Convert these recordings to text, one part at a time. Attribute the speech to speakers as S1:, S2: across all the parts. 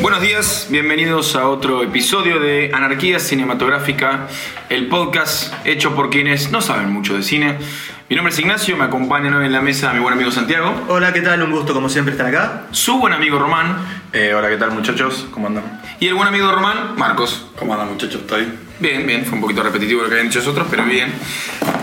S1: buenos días, bienvenidos a otro episodio de Anarquía Cinematográfica, el podcast hecho por quienes no saben mucho de cine. Mi nombre es Ignacio, me acompaña hoy en la mesa mi buen amigo Santiago,
S2: Hola, ¿qué tal? Un gusto como siempre estar acá.
S1: su buen amigo Román
S3: Eh, hola, ¿qué tal muchachos? ¿Cómo andan?
S1: y el buen amigo de Román, Marcos.
S3: ¿Cómo andan muchachos? ¿Estoy?
S1: Bien, bien, fue un poquito repetitivo lo que habían dicho nosotros, pero bien.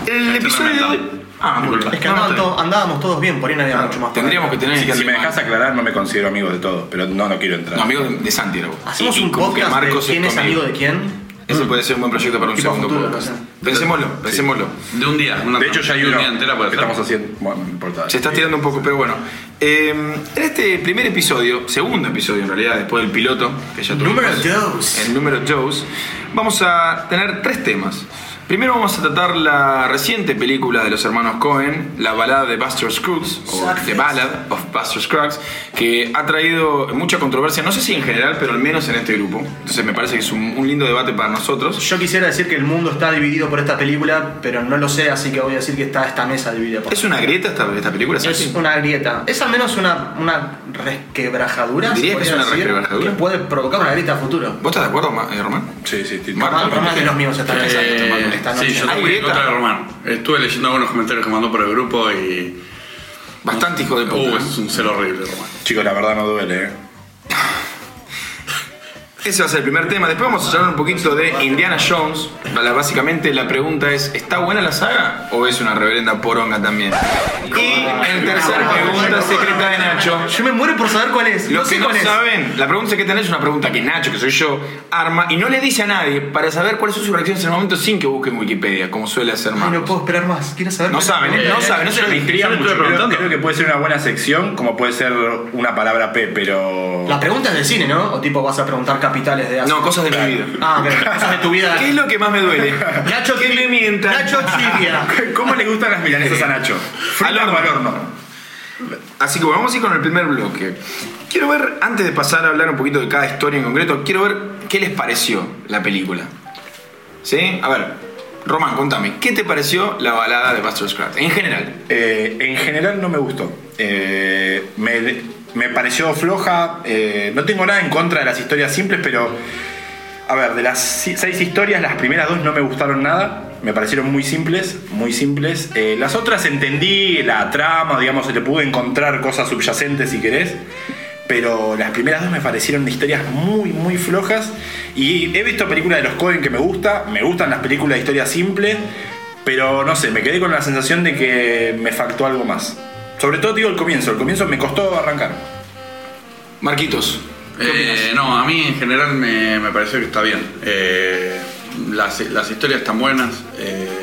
S1: El episodio de hoy... Ah, muy bien.
S2: Es que
S1: No, no,
S2: andaban
S1: está bien.
S2: to- andábamos todos bien, por ahí no había mucho más.
S1: Tendríamos que tener...
S3: Si, si
S1: encima-
S3: me dejas aclarar, no me considero amigo de todos, pero no, no quiero entrar.
S1: No, amigo de, de Santi era vos.
S2: Hacemos
S1: Y- y
S2: un
S1: como que
S2: podcast de
S1: Marcos
S2: quién es
S1: conmigo.
S2: amigo de quién.
S1: Eso puede ser un buen proyecto para un
S2: Tipo
S1: segundo
S2: futuro,
S1: podcast.
S2: no sé.
S1: Pensémoslo, pensémoslo.
S4: De un día. Una
S3: de hecho, ya hay
S4: de un
S3: uno
S4: día entera
S3: que
S4: puede ser.
S3: estamos haciendo. Bueno, no importa.
S1: pues, Se está estirando un poco, pero bueno. Eh, en este primer episodio, segundo episodio en realidad, después del piloto, que ya tuvimos.
S2: Número dos.
S1: El número dos. Vamos a tener tres temas. Primero vamos a tratar la reciente película de los hermanos Cohen, la balada de Buster Scruggs, o
S2: Exacto.
S1: The Ballad of Buster Scruggs, que ha traído mucha controversia, no sé si en general, pero al menos en este grupo. Entonces me parece que es un, un lindo debate para nosotros.
S2: Yo quisiera decir que el mundo está dividido por esta película, pero no lo sé, así que voy a decir que está esta mesa dividida por.
S1: ¿Es una grieta esta, esta película?
S2: Es
S1: Santi?
S2: una grieta. Es al menos una, una resquebrajadura. se
S1: ¿Dirías que es
S2: podría
S1: una
S2: decir,
S1: resquebrajadura?
S2: Que puede provocar una grieta a futuro.
S1: ¿Vos estás de acuerdo, Ma- eh, Román?
S3: Sí, sí, sí.
S1: Marco,
S2: Román Román es los míos está pensando
S4: Eh,
S2: tomando esta noche.
S4: sí, yo
S1: ¿Hay
S4: tengo que
S1: grieta?
S4: encontrar a Román. Estuve leyendo algunos comentarios que mandó por el grupo y.
S1: Bastante hijo de puta.
S4: Uh,
S1: ¿eh?
S4: es un ser horrible, Román.
S3: Chicos, la verdad no duele, ¿eh?
S1: Ese va a ser el primer tema. Después vamos a hablar un poquito de Indiana Jones. Vale, Básicamente la pregunta es, ¿está buena la saga o es una reverenda poronga también? Y en tercer pregunta secreta de Nacho.
S2: Yo me muero por saber cuál es.
S1: Lo
S2: no
S1: que
S2: sé
S1: no
S2: cuál es.
S1: saben, la pregunta secreta de Nacho es una pregunta que Nacho, que soy yo, arma y no le dice a nadie para saber cuáles son sus reacciones en el momento sin que busquen Wikipedia, como suele hacer
S2: Ay, no
S1: Marcos.
S2: puedo esperar más. Quiero saber.
S1: No
S2: cuál es.
S1: saben, eh, no saben, no se los intriga
S4: Yo le estuve
S1: mucho.
S3: Creo,
S4: preguntando.
S3: creo que puede ser una buena sección, como puede ser una palabra P, pero.
S2: La pregunta es de cine, ¿no? O tipo vas a preguntar capitales de Asia.
S1: No, cosas de mi vida.
S2: Ah, ok, cosas de tu vida.
S1: ¿Qué es lo que más me duele?
S2: Nacho
S1: que me mientan.
S2: Nacho Chivia.
S3: ¿Cómo le gustan las milanesas a Nacho?
S1: Al
S3: Al
S1: horno.
S3: horno. al horno?
S1: Así que bueno, vamos a ir con el primer bloque. Quiero ver, antes de pasar a hablar un poquito de cada historia en concreto, quiero ver qué les pareció la película. ¿Sí? A ver, Román, contame, ¿qué te pareció la balada de Buster Scruggs? En general.
S3: Eh, en general no me gustó. Eh, me, me pareció floja. eh, no tengo nada en contra de las historias simples, pero. A ver, de las si- seis historias, las primeras dos no me gustaron nada. Me parecieron muy simples, muy simples. Eh, las otras entendí la trama, digamos, le pude encontrar cosas subyacentes si querés. Pero las primeras dos me parecieron historias muy, muy flojas. Y he visto películas de los Cohen que me gusta. Me gustan las películas de historia simple. Pero no sé, me quedé con la sensación de que me faltó algo más. Sobre todo, digo, el comienzo. El comienzo me costó arrancar.
S1: Marquitos, ¿qué
S4: Eh, no, a mí en general me, me pareció que está bien. Eh, las, las historias están buenas. eh,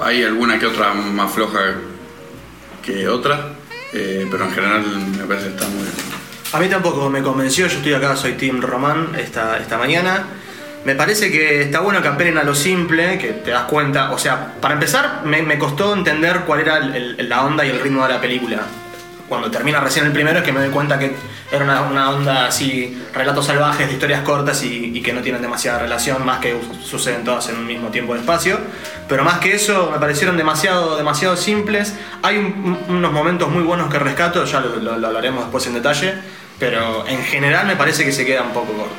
S4: hay alguna que otra más floja que otra. eh, pero en general me parece que está muy bien.
S2: A mí tampoco me convenció. Yo estoy acá, soy Tim Román esta, esta mañana. Me parece que está bueno que apelen a lo simple, que te das cuenta. O sea, para empezar, me, me costó entender cuál era el- el- la onda y el ritmo de la película. Cuando termina recién el primero es que me doy cuenta que era una, una onda así, relatos salvajes, de historias cortas y, y que no tienen demasiada relación, más que suceden todas en un mismo tiempo de espacio. Pero más que eso, me parecieron demasiado, demasiado simples. Hay un- un- unos momentos muy buenos que rescato, ya lo, lo- lo hablaremos después en detalle, pero en general me parece que se queda un poco corto.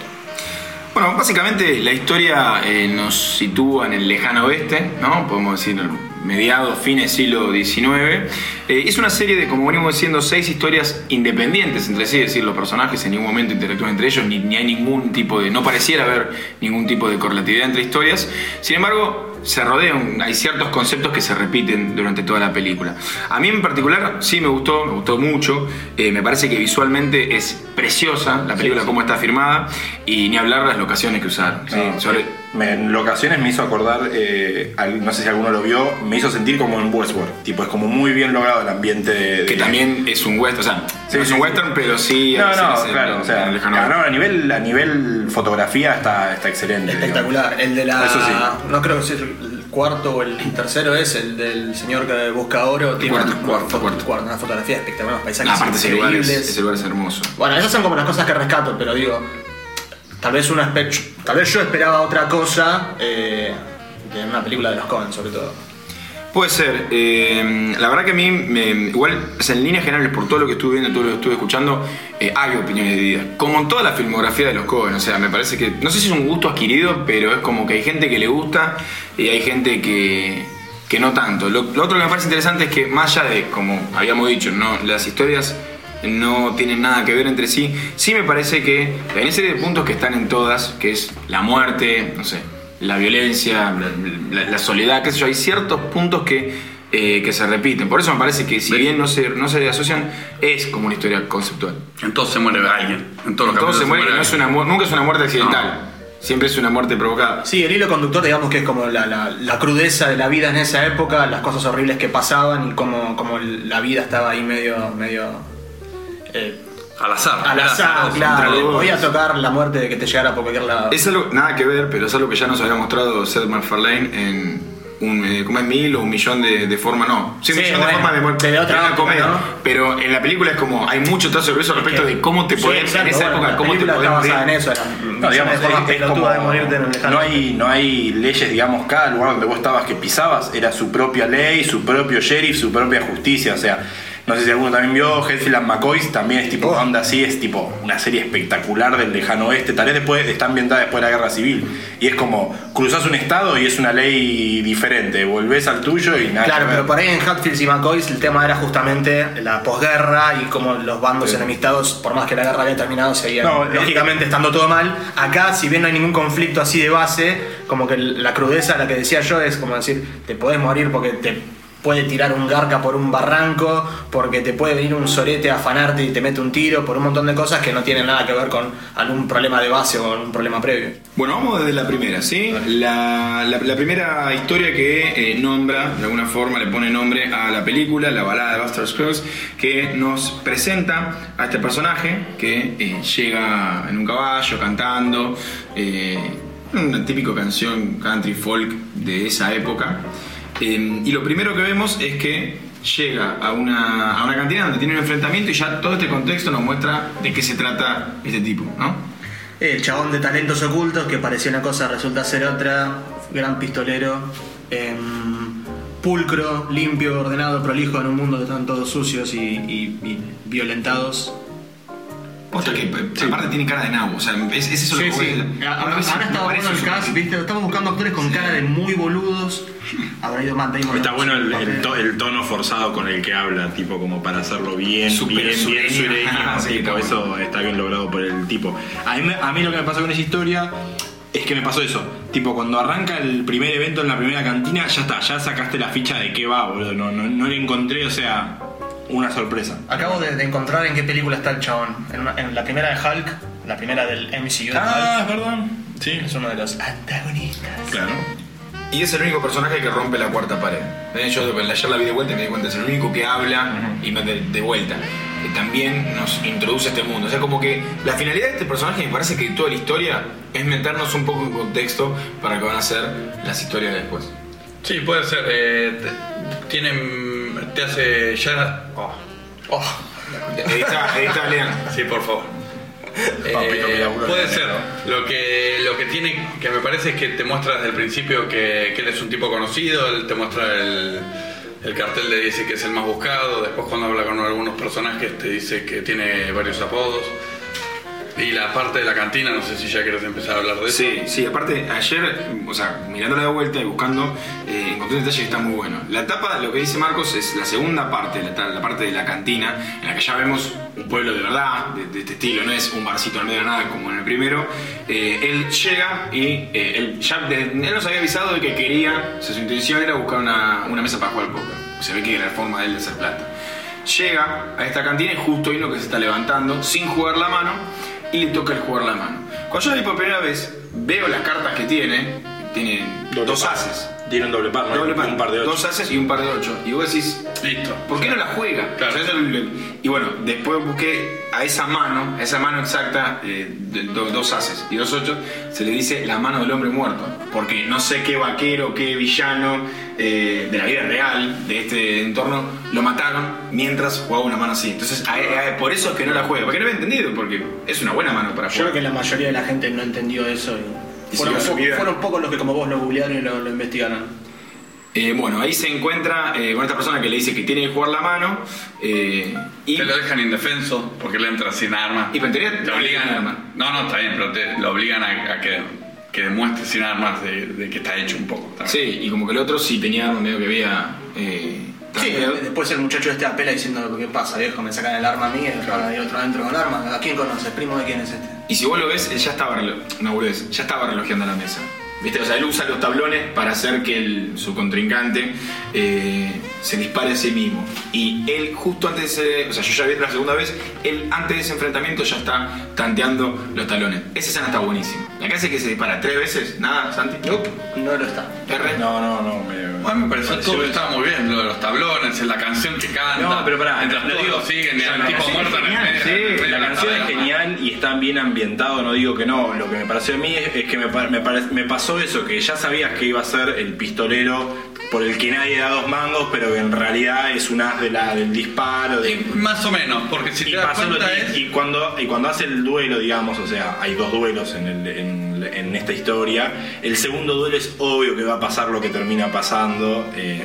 S1: Bueno, básicamente la historia eh, nos sitúa en el lejano oeste, ¿no? Podemos decir mediados, fines siglo XIX. Eh, es una serie de, como venimos diciendo, seis historias independientes entre sí, es decir, los personajes en ningún momento interactúan entre ellos, ni, ni hay ningún tipo de, no pareciera haber ningún tipo de correlatividad entre historias. Sin embargo, se rodean, hay ciertos conceptos que se repiten durante toda la película. A mí en particular sí me gustó, me gustó mucho, Eh, me parece que visualmente es preciosa la película como está firmada y ni hablar las locaciones que usaron. ¿sí?
S3: No,
S1: Sobre-
S3: me- en ocasiones me hizo acordar, eh, al- no sé si alguno lo vio, me hizo sentir como en Westworld. Tipo, es como muy bien logrado el ambiente de.
S1: que
S3: de-
S1: también es un western, o sea,
S3: Sí,
S1: no es
S3: sí,
S1: un
S3: sí.
S1: western, pero sí...
S3: No,
S1: a veces es
S3: no,
S1: el-
S3: claro. O sea,
S1: el lejano
S3: no, a, nivel, a nivel fotografía está, está excelente.
S2: Espectacular. El de la.
S3: Eso sí.
S2: No creo que sea el cuarto o el tercero es el del señor que busca oro. Tiene
S1: cuarto,
S2: una,
S1: cuarto,
S2: fo-
S1: cuarto.
S2: una fotografía espectacular, unos paisajes
S1: No, aparte ese lugar, es,
S2: increíbles.
S1: ese lugar es hermoso.
S2: Bueno, esas son como las cosas que rescato, pero digo. Tal vez una espe- tal vez yo esperaba otra cosa eh, de una película de los Cohen, sobre todo.
S1: Puede ser. eh, la verdad que a mí, me- igual, o sea, en líneas generales, por todo lo que estuve viendo, todo lo que estuve escuchando, eh, hay opiniones divididas. Como en toda la filmografía de los Cohen, o sea, me parece que, no sé si es un gusto adquirido, pero es como que hay gente que le gusta y hay gente que, que no tanto. Lo, lo otro que me parece interesante es que, más allá de, como habíamos dicho, no las historias no tienen nada que ver entre sí, sí me parece que hay una serie de puntos que están en todas, que es la muerte, no sé, la violencia, la, la- la soledad, qué sé yo, hay ciertos puntos que, eh, que se repiten. Por eso me parece que si bien no se, no se asocian, es como una historia conceptual.
S4: Entonces se muere alguien. En todos los capítulos
S1: Entonces muere, no es
S4: alguien.
S1: una, mu- nunca es una muerte accidental, siempre es una muerte provocada.
S2: Sí, el hilo conductor, digamos que es como la, la- la crudeza de la vida en esa época, las cosas horribles que pasaban y cómo, cómo la vida estaba ahí medio. medio eh,
S4: Al azar.
S1: Ah,
S2: al
S4: era
S2: azar,
S4: azaroso, entre
S2: claro.
S4: todos.
S2: Podía tocar la muerte de que te llegara por cualquier lado.
S1: Es algo, nada que ver, pero es algo que ya nos había mostrado Seth MacFarlane en un, eh, ¿cómo es? mil o un millón de, de formas, no, sí, un
S2: Sí,
S1: millón de
S2: bueno,
S1: formas de muerte,
S2: pero otra
S1: era una
S2: época,
S1: comedia.
S2: ¿no?
S1: pero en la película es como, hay mucho trazo grueso respecto de cómo te
S2: Sí,
S1: podés, en
S2: exacto,
S1: esa
S2: bueno,
S1: época,
S2: la
S1: cómo te
S2: película
S1: podés
S2: está
S1: morir.
S2: basada en eso,
S3: No, digamos, es- es como-
S2: de morirte en el lejano.
S3: no, hay, no hay leyes, digamos, cada lugar donde vos estabas que pisabas era su propia ley, su propio sheriff, su propia justicia. O sea, no sé si alguno también vio Hetfield and McCoys, también es tipo
S2: Oh.
S3: onda así, es tipo una serie espectacular del lejano oeste. Tal vez después está ambientada después de la guerra civil. Y es como, cruzás un estado y es una ley diferente, volvés al tuyo y nada.
S2: Claro,
S3: que ver.
S2: pero por ahí en Hatfields y McCoys el tema era justamente la posguerra y cómo los bandos enemistados, por más que la guerra había terminado, seguían
S3: No, eh,
S2: lógicamente estando todo mal. Acá, si bien no hay ningún conflicto así de base, como que la crudeza, la que decía yo, es como decir, te podés morir porque te puede tirar un garca por un barranco, porque te puede venir un sorete a afanarte y te mete un tiro, por un montón de cosas que no tienen nada que ver con algún problema de base o un problema previo.
S1: Bueno, vamos desde la primera, ¿sí? La, la- la primera historia que eh, nombra, de alguna forma le pone nombre a la película, la balada de Buster Scruggs, que nos presenta a este personaje que eh, llega en un caballo cantando, eh, una típica canción country folk de esa época. Eh, y lo primero que vemos es que llega a una, a una cantina donde tiene un enfrentamiento y ya todo este contexto nos muestra de qué se trata este tipo, ¿no?
S2: El chabón de talentos ocultos que parecía una cosa resulta ser otra. Gran pistolero. em, pulcro, limpio, ordenado, prolijo en un mundo de están todos sucios y, y- y violentados.
S1: Posta que eh,
S2: Sí.
S1: aparte tiene cara de nabo, o sea, es, es eso lo que voy a-
S2: Ahora,
S1: a veces
S2: ahora
S1: me parece
S2: estaba bueno el
S1: súper
S2: cast,
S1: bien.
S2: ¿viste? Estamos buscando actores con cara de muy boludos. Habrá ido Matt Damon.
S5: Está
S2: ¿no?
S5: bueno el, el
S2: Papel.
S5: to- el tono forzado con el que habla, tipo como para hacerlo bien,
S1: Súper
S5: bien, bien
S1: sureño.
S5: sureño,
S1: Ah, sí,
S5: tipo,
S1: está
S5: eso
S1: bueno.
S5: está bien logrado por el tipo. A mí, me- a mí lo que me pasó con esa historia es que me pasó eso, tipo cuando arranca el primer evento en la primera cantina, ya está, ya sacaste la ficha de qué va, boludo, no, no, no le encontré, o sea, una sorpresa.
S2: Acabo de, de encontrar en qué película está el chabón. En, una- en la primera de Hulk, la primera del MCU. de
S5: Ah, perdón. Sí,
S2: Hulk, es uno de los antagonistas.
S5: claro.
S1: Y es el único personaje que rompe la cuarta pared. Eh, Yo de- ayer la vi de vuelta y me di cuenta, es el único que habla y me- de, de vuelta. Eh, También nos introduce a este mundo. O sea, como que la finalidad de este personaje me parece que toda la historia es meternos un poco en contexto para que van a ser las historias de después.
S4: Sí, puede ser. eh, te, tiene- te hace ya. oh, oh,
S1: Ahí está, ahí está, Lean.
S4: Sí, por favor.
S5: Papito,
S4: Eh,
S5: que laburo
S4: puede
S5: en
S4: ser. Lo que, lo que tiene, que me parece es que te muestra desde el principio que, que él es un tipo conocido, él te muestra el, el cartel de dice que es el más buscado, después cuando habla con algunos personajes te dice que tiene varios apodos. Y la parte de la cantina, no sé si ya querés empezar a hablar de eso.
S1: Sí, sí, aparte ayer, o sea, mirándola de vuelta y buscando, eh, encontré un detalle que está muy bueno. La etapa, lo que dice Marcos, es la segunda parte, la, ta- la parte de la cantina, en la que ya vemos un pueblo de verdad, de, de este estilo, no es un barcito en medio de la nada como en el primero. Eh, él llega y eh, él, ya, de- él nos había avisado de que quería, o sea, su intención era buscar una, una mesa para jugar al póker. Se ve que era la forma de él de hacer plata. Llega a esta cantina y justo lo que se está levantando sin jugar la mano y le toca el jugar la mano. Cuando yo la vi por primera vez, veo las cartas que tiene, tiene
S5: Doble
S1: dos
S5: par.
S1: haces.
S5: Tiene un doble par, ¿no?
S1: Doble par,
S5: un par de ocho.
S1: Dos haces y un par de ocho. Y vos decís,
S4: Listo.
S1: ¿por qué no la juega?
S4: Claro.
S1: O sea, eso es lo- y bueno, después busqué a esa mano, a esa mano exacta, eh, de- do- dos haces y dos ocho, se le dice la mano del hombre muerto. Porque no sé qué vaquero, qué villano eh, de la vida real, de este entorno, lo mataron mientras jugaba una mano así. Entonces, a- a- por eso es que no la juega. Porque no había entendido, porque es una buena mano para
S2: Yo creo
S1: jugar.
S2: que la mayoría de la gente no entendió eso. y
S1: Y
S2: fueron,
S1: siguió su
S2: po-
S1: vida.
S2: fueron pocos los que como vos lo googlearon y lo, lo investigaron.
S1: Eh, bueno, ahí se encuentra eh, con esta persona que le dice que tiene que jugar la mano eh, y,
S4: Te lo dejan indefenso porque le entras sin arma.
S1: y, pero en teoría
S4: Te
S1: tiene arma.
S4: obligan. No, no, está bien, pero te lo obligan a, a que, que demuestre sin armas de, de que está hecho un poco. está bien.
S1: Sí, y como que el otro sí tenía arma, medio que había... eh,
S2: Sí,
S1: tanteado.
S2: después el muchacho este apela diciendo ¿qué pasa, viejo? Me sacan el arma a mí, el otro, hay otro adentro con arma. ¿A quién conoces? Primo de quién es este.
S1: Y si vos lo ves, él ya estaba, relo- no, boludez, ya estaba relojeando la mesa. ¿Viste? O sea, él usa los tablones para hacer que el- su contrincante eh, se dispare a sí mismo. Y él, justo antes de ese- O sea, yo ya vi la segunda vez, él antes de ese enfrentamiento ya está tanteando los talones. Esa escena está buenísima. La que hace que se dispara tres veces, nada, Santi.
S2: No lo está.
S1: R.
S3: No, no, no. me-
S4: Bueno, me pareció todo estaba muy bien, lo de los tablones, en la canción que canta.
S3: No, pero pará,
S4: mientras
S3: lo
S4: todos
S3: digo,
S4: lo siguen, y
S3: la
S4: el tipo
S3: canción
S4: muerto
S3: es
S4: en el
S3: genial,
S4: medio.
S3: sí,
S4: en el medio de
S3: la canción es
S4: tabla.
S3: genial y está bien ambientado, no digo que no. Lo que me pareció a mí es, es que me, pa- me pare- me pasó eso, que ya sabías que iba a ser el pistolero por el que nadie da dos mangos, pero que en realidad es un as de la, del disparo. de-
S4: Y más o menos, porque si
S3: y,
S4: te das
S3: pasó lo
S4: cuenta
S3: que-
S4: es.
S3: y cuando, y cuando hace el duelo, digamos, o sea, hay dos duelos en, el- en- en esta historia. El segundo duelo es obvio que va a pasar lo que termina pasando, eh,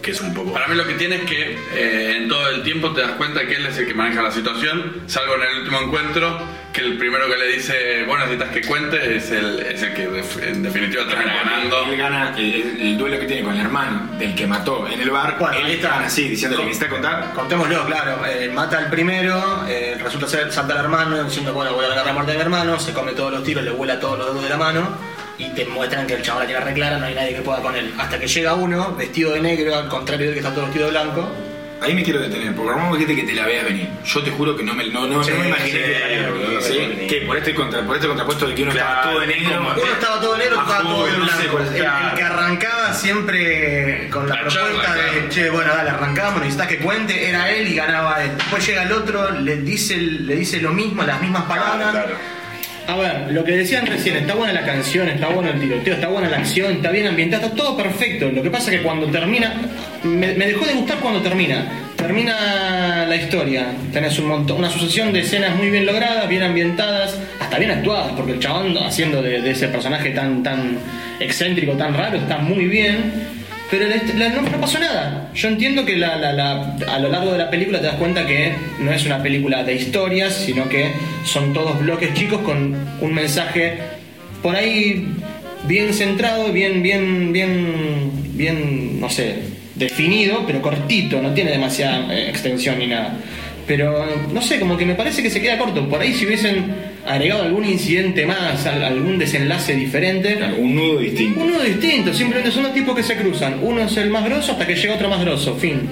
S3: que es un poco...
S4: Para mí lo que tiene es que eh, en todo el tiempo te das cuenta que él es el que maneja la situación, salvo en el último encuentro, que el primero que le dice, bueno, necesitas que cuente, es el, es el que def- en definitiva termina ganando.
S1: Él gana el, el- el duelo que tiene con el hermano del que mató en el bar.
S2: Bueno,
S1: él
S2: ahí está.
S1: está así, diciéndole que necesita contar.
S2: Contémoslo, claro. eh, mata al primero, eh, resulta ser, salta al hermano diciendo, bueno, voy a ganar la muerte de mi hermano, se come todos los tiros, le vuela todos los dedos de la mano y te muestran que el chaval la tiene reclara, no hay nadie que pueda con él. Hasta que llega uno, vestido de negro, al contrario del que está todo vestido de blanco.
S1: Ahí me quiero detener, porque Ramón dijiste que te la veas venir. Yo te juro que no me, no, no,
S2: Sí,
S1: no me imaginé
S2: sí,
S1: que era negro,
S2: sí,
S1: ¿sí?
S2: sí.
S1: Que por este, contra, por este contrapuesto de que uno estaba todo de negro.
S2: Uno estaba todo negro, estaba
S1: Ajú,
S2: todo de
S1: no sé
S2: blanco.
S1: cuál es.
S2: el, el que arrancaba siempre con la,
S4: La charla,
S2: propuesta de,
S4: claro.
S2: che, bueno, dale, arrancamos, necesitas que cuente, era él y ganaba él. Después llega el otro, le dice, le dice lo mismo, las mismas palabras. A ver, lo que decían recién, está buena la canción, está bueno el tiroteo, está buena la acción, está bien ambientada, está todo perfecto. Lo que pasa es que cuando termina, me, me dejó de gustar cuando termina. Termina la historia, tenés un montón, una sucesión de escenas muy bien logradas, bien ambientadas, hasta bien actuadas, porque el chabón haciendo de, de ese personaje tan, tan excéntrico, tan raro, está muy bien. Pero la hist- la- no, no pasó nada. Yo entiendo que la- la- la- a lo largo de la película te das cuenta que no es una película de historias, sino que son todos bloques chicos con un mensaje por ahí bien centrado, bien, bien, bien, bien, no sé, definido, pero cortito, no tiene demasiada eh, extensión ni nada. Pero no sé, como que me parece que se queda corto. Por ahí si hubiesen agregado algún incidente más, al- algún desenlace diferente,
S1: Un nudo distinto.
S2: uno distinto, simplemente son dos tipos que se cruzan. Uno es el más grosso hasta que llega otro más grosso, fin.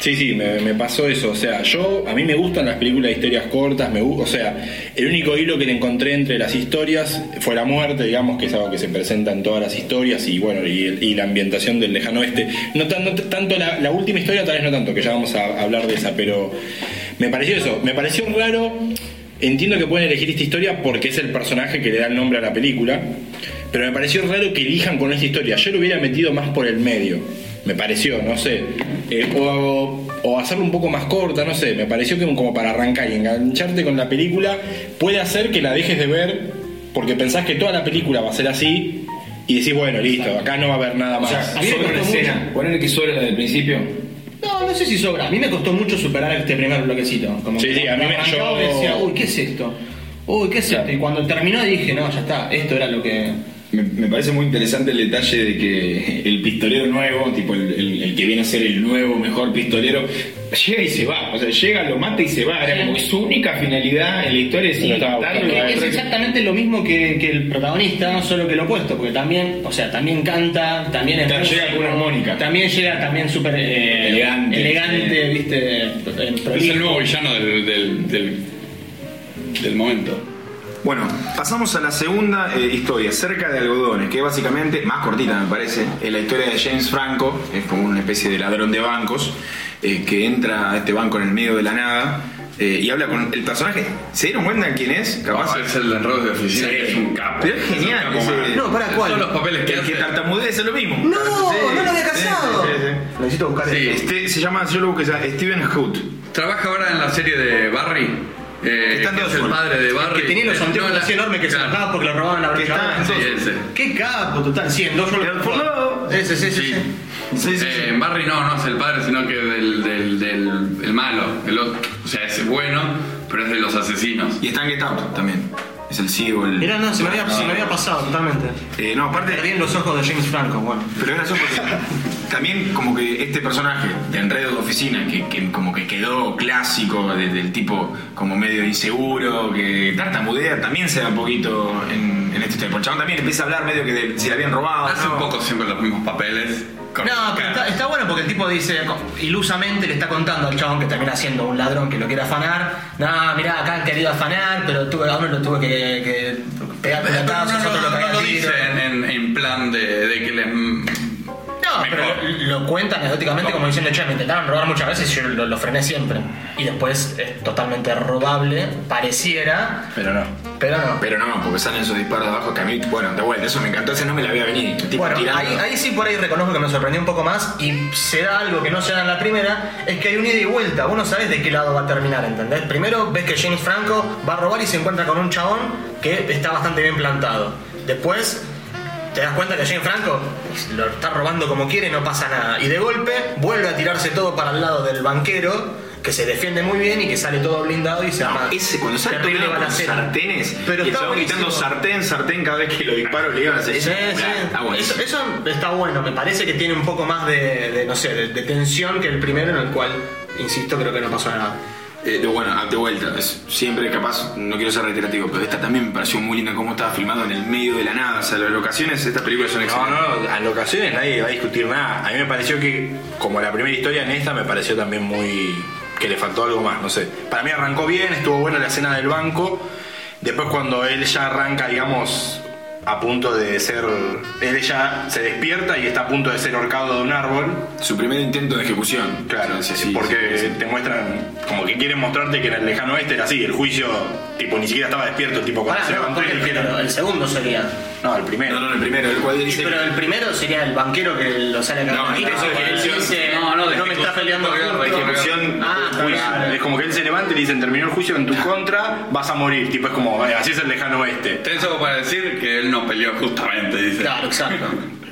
S3: Sí, sí, me, me pasó eso. O sea, yo, a mí me gustan las películas de historias cortas, me gu- O sea, el único hilo que le encontré entre las historias fue la muerte, digamos, que es algo que se presenta en todas las historias y bueno, y, el- y la ambientación del lejano oeste. No, tan- no t- tanto la, la última historia, tal vez no tanto, que ya vamos a hablar de esa, pero me pareció eso. Me pareció raro. Entiendo que pueden elegir esta historia porque es el personaje que le da el nombre a la película, pero me pareció raro que elijan con esta historia. Yo lo hubiera metido más por el medio me pareció, no sé. Eh, o, o hacerlo un poco más corta, no sé. Me pareció que como para arrancar y engancharte con la película puede hacer que la dejes de ver porque pensás que toda la película va a ser así y decís, bueno, listo, acá no va a haber nada más.
S2: a mí me
S1: Sobre una
S2: costó
S1: escena.
S2: mucho.
S1: Ponerle que sobre la del principio.
S2: No, no sé si sobra. A mí me costó mucho superar este primer bloquecito. Como
S3: Sí,
S2: que
S3: sí, a mí me-
S2: arrancaba
S3: yo-
S2: y decía, uy, ¿qué es esto? Uy, ¿qué es esto? Y cuando terminó dije, no, ya está, esto era lo que.
S1: Me, me parece muy interesante el detalle de que el pistolero nuevo, tipo el, el- el que viene a ser el nuevo mejor pistolero, llega y se va. O sea, llega, lo mata y se va. Era como que su única finalidad en la historia es
S3: Lo estaba
S1: intentarlo
S3: buscando.
S1: y
S2: Es
S1: matarlo.
S2: exactamente lo mismo que, que el protagonista, no solo que lo opuesto, porque también, o sea, también canta, también es
S1: Claro,
S2: músico,
S1: llega con una armónica.
S2: También llega también súper eh,
S1: Elegante.
S2: elegante,
S1: Sí.
S2: viste, eh,
S4: Es
S2: prolijo.
S4: el nuevo villano del, del, del, del momento.
S1: Bueno, pasamos a la segunda eh, historia, cerca de algodones, que es básicamente, más cortita me parece, es la historia de James Franco, es como una especie de ladrón de bancos, eh, que entra a este banco en el medio de la nada eh, y habla con el personaje. ¿Se dieron cuenta quién es? Capaz.
S4: Capaz es el enredo de oficina,
S1: Sí.
S4: que es un capo.
S1: Pero es
S4: un
S1: genial
S4: capo
S1: ese-
S4: mal.
S2: No, pará, ¿cuál?
S4: Todos los papeles que
S1: el que
S4: hace.
S1: tartamudez es lo mismo.
S2: ¡No!
S1: Sí,
S2: ¡No lo había
S1: sí,
S2: casado!
S1: sí, sí.
S2: Necesito buscar
S4: Sí.
S1: Este, se llama, yo lo busqué, se llama Steven Hood.
S4: Trabaja ahora en la serie de Barry. eh,
S1: Está en
S4: que es el
S1: Dodgeful.
S4: padre de Barry.
S2: Que tenía los
S4: Eh,
S2: anteojos
S4: no, la-
S2: así enormes que se
S4: claro.
S2: bajaba porque lo robaban a
S1: Que
S2: los
S1: está
S2: chavales.
S4: Sí, ese.
S2: Qué capo, total, sí, en dos yo lo-
S1: Pero por lo-
S6: Claro, ese, sí, sí,
S4: Sí.
S6: sí.
S4: Eh, Barry no, no es el padre, sino que del, del, del el malo. El otro, o sea, es bueno, pero es de los asesinos.
S1: Y está en Get Out también. Es el CEO, el.
S6: Mirá, no, se me había, se me había pasado totalmente.
S1: Eh, no, aparte.
S6: Perdí en los ojos de James Franco, bueno.
S1: Pero es gracioso porque también como que este personaje de enredo de oficina, que, que como que quedó clásico, de- del tipo como medio inseguro, que tartamudea, también se da un poquito en, en este tiempo. El chabón también empieza a hablar medio que de, si le habían robado.
S4: Hace
S1: Ah, ¿no?
S4: un poco siempre los mismos papeles. Con-
S6: No, pero está, está bueno porque el tipo dice, co- ilusamente le está contando al chabón que termina siendo un ladrón que lo quiere afanar. No, mirá, acá han querido afanar, pero tuve, a uno lo tuve que, que pegar
S4: Pero no,
S6: puñetazos,
S4: no,
S6: otro lo
S4: no,
S6: cagué
S4: no
S6: a
S4: lo
S6: tiro.
S4: dice en, en- en plan de, de que les...
S6: No, pero
S4: Mejor.
S6: lo, lo cuenta anecdóticamente como diciendo, che, me intentaron robar muchas veces y yo lo, lo frené siempre. Y después es totalmente robable, pareciera,
S3: Pero no.
S6: pero no.
S1: Pero no, porque salen esos disparos de abajo que a mí, bueno, de vuelta, eso me encantó, ese no me la había venir. El tipo
S6: Bueno,
S1: tirando.
S6: ahí, ahí sí por ahí reconozco que me sorprendió un poco más y se da algo que no se da en la primera, es que hay un ida y vuelta, vos no sabés de qué lado va a terminar, ¿entendés? Primero ves que James Franco va a robar y se encuentra con un chabón que está bastante bien plantado. Después te das cuenta que James Franco lo está robando como quiere y no pasa nada. Y de golpe vuelve a tirarse todo para el lado del banquero. Que se defiende muy bien y que sale todo blindado y se
S1: No,
S6: arma.
S1: Ah, ese cuando sale
S6: terrible
S1: peleando con
S6: balacera.
S1: sartenes,
S6: Pero
S1: y el
S6: está
S1: chabón gritando
S6: buenísimo.
S1: sartén, sartén cada vez que lo disparo le iban a hacer.
S6: Sí, sí.
S1: Está buenísimo.
S6: Eso, eso está bueno, me parece que tiene un poco más de, de, no sé, de, de tensión que el primero, en el cual, insisto, creo que no pasó nada.
S1: Eh, de- bueno, de vuelta, es siempre capaz, no quiero ser reiterativo, pero esta también me pareció muy linda cómo estaba filmado en el medio de la nada. O sea, las locaciones de estas películas son
S3: No,
S1: excelentes.
S3: no, a locaciones nadie va a discutir nada. A mí me pareció que, como la primera historia en esta, me pareció también muy. que le faltó algo más, no sé. Para mí arrancó bien, estuvo buena la escena del banco. Después, cuando él ya arranca, digamos, a punto de ser. él ya se despierta y está a punto de ser horcado de un árbol.
S1: Su primer intento de ejecución.
S3: Claro,
S1: O sea, sí, sí,
S3: porque
S1: sí, sí.
S3: te muestran, como que quieren mostrarte que en el lejano oeste era así, el juicio, tipo, ni siquiera estaba despierto, el tipo, cuando
S6: Pará,
S3: se
S6: no,
S3: levantó
S6: porque
S3: le
S6: el,
S3: dijeron-
S6: primero- el segundo sería.
S3: No, el primero.
S1: No, no, el primero, el cual dice.
S6: Pero el primero sería el banquero que lo sale a
S1: No,
S6: cagar.
S1: este es
S6: porque él
S1: ejecución.
S2: Eh,
S6: dice,
S4: No, no, de
S6: Ah, no me está
S4: ejecución,
S6: peleando
S4: porque
S6: junto".
S4: de
S1: ejecución,
S6: Ah, está
S3: eh, juicio.
S6: claro.
S3: Es como que él se levanta y le dicen, terminó el juicio en tu contra, vas a morir. Tipo, es como, "Eh, así es el lejano oeste.
S4: Tenés algo para decir que él no peleó justamente, dice.
S6: Claro, exacto.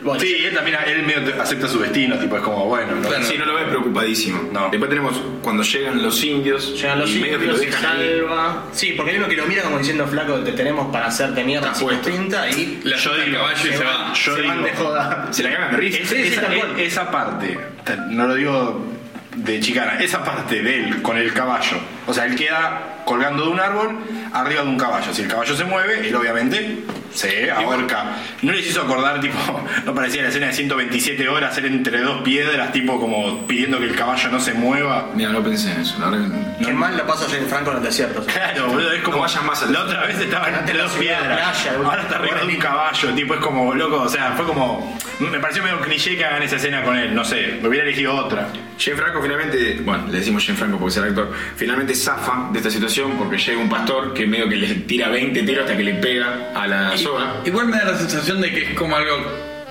S6: Bueno,
S3: Sí, él también, él medio te- acepta su destino, tipo, es como, bueno, no.
S4: Claro.
S1: Sí, no lo ves preocupadísimo.
S3: No.
S1: Después tenemos cuando llegan los indios.
S6: Llegan los
S1: y medio que lo
S6: indios, se
S1: dejan ahí.
S6: salva. Sí, porque hay uno que lo mira como diciendo, flaco, te tenemos para hacerte mierda
S1: Está
S6: si nos
S1: puesto.
S6: pinta y
S4: Le ayuda el caballo y se va.
S3: yo
S6: se van
S3: digo-
S6: de joda.
S1: Se la cagan de risa.
S3: Es-
S6: Sí, sí,
S3: esa,
S6: tal cual.
S3: e- esa parte, te- no lo digo de chicana, esa parte de él con el caballo. O sea, él queda colgando de un árbol arriba de un caballo. Si el caballo se mueve, él obviamente se ahorca. No les hizo acordar, tipo, no parecía la escena de 127 horas, ser entre dos piedras, tipo como pidiendo que el caballo no se mueva.
S1: Mira, no pensé en eso. La verdad que-
S6: Qué mal lo pasa Jane Franco en el desierto.
S3: Claro, boludo, es como.
S1: No vayas más al-
S3: La otra vez estaba entre dos
S6: ciudad,
S3: piedras.
S6: playa, boludo.
S3: Ahora está arriba de un caballo, tipo, es como, loco, o sea, fue como. Me pareció medio cliché que hagan esa escena con él, no sé, me hubiera elegido otra.
S1: Jane Franco finalmente, bueno, le decimos Jane Franco porque es el actor, finalmente zafa de esta situación porque llega un pastor que medio que le tira 20 tiros hasta que le pega a la soga.
S4: Igual me da la sensación de que es como algo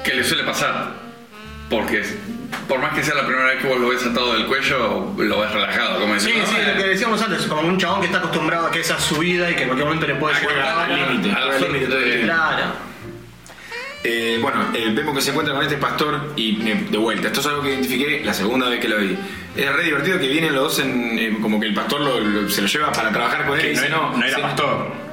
S4: que le suele pasar. Porque es- por más que sea la primera vez que vos lo ves atado del cuello, lo ves relajado, como
S6: Sí,
S4: decís, ¿no? eh.
S6: sí, lo que decíamos antes, como un chabón que está acostumbrado a que esa es su vida y que en cualquier momento le puede
S4: Ah,
S6: llegar
S4: claro,
S6: a
S4: al límite, al límite todo el tiempo.
S6: Claro.
S1: Eh, bueno, eh, vemos que se encuentra con este pastor y me- de vuelta. Esto es algo que identifiqué la segunda vez que lo vi. Es re divertido que vienen los dos en, eh, como que el pastor lo- lo- se lo lleva para trabajar con él. y
S3: Que no,
S1: dice,
S3: era- no era
S1: se-
S3: pastor.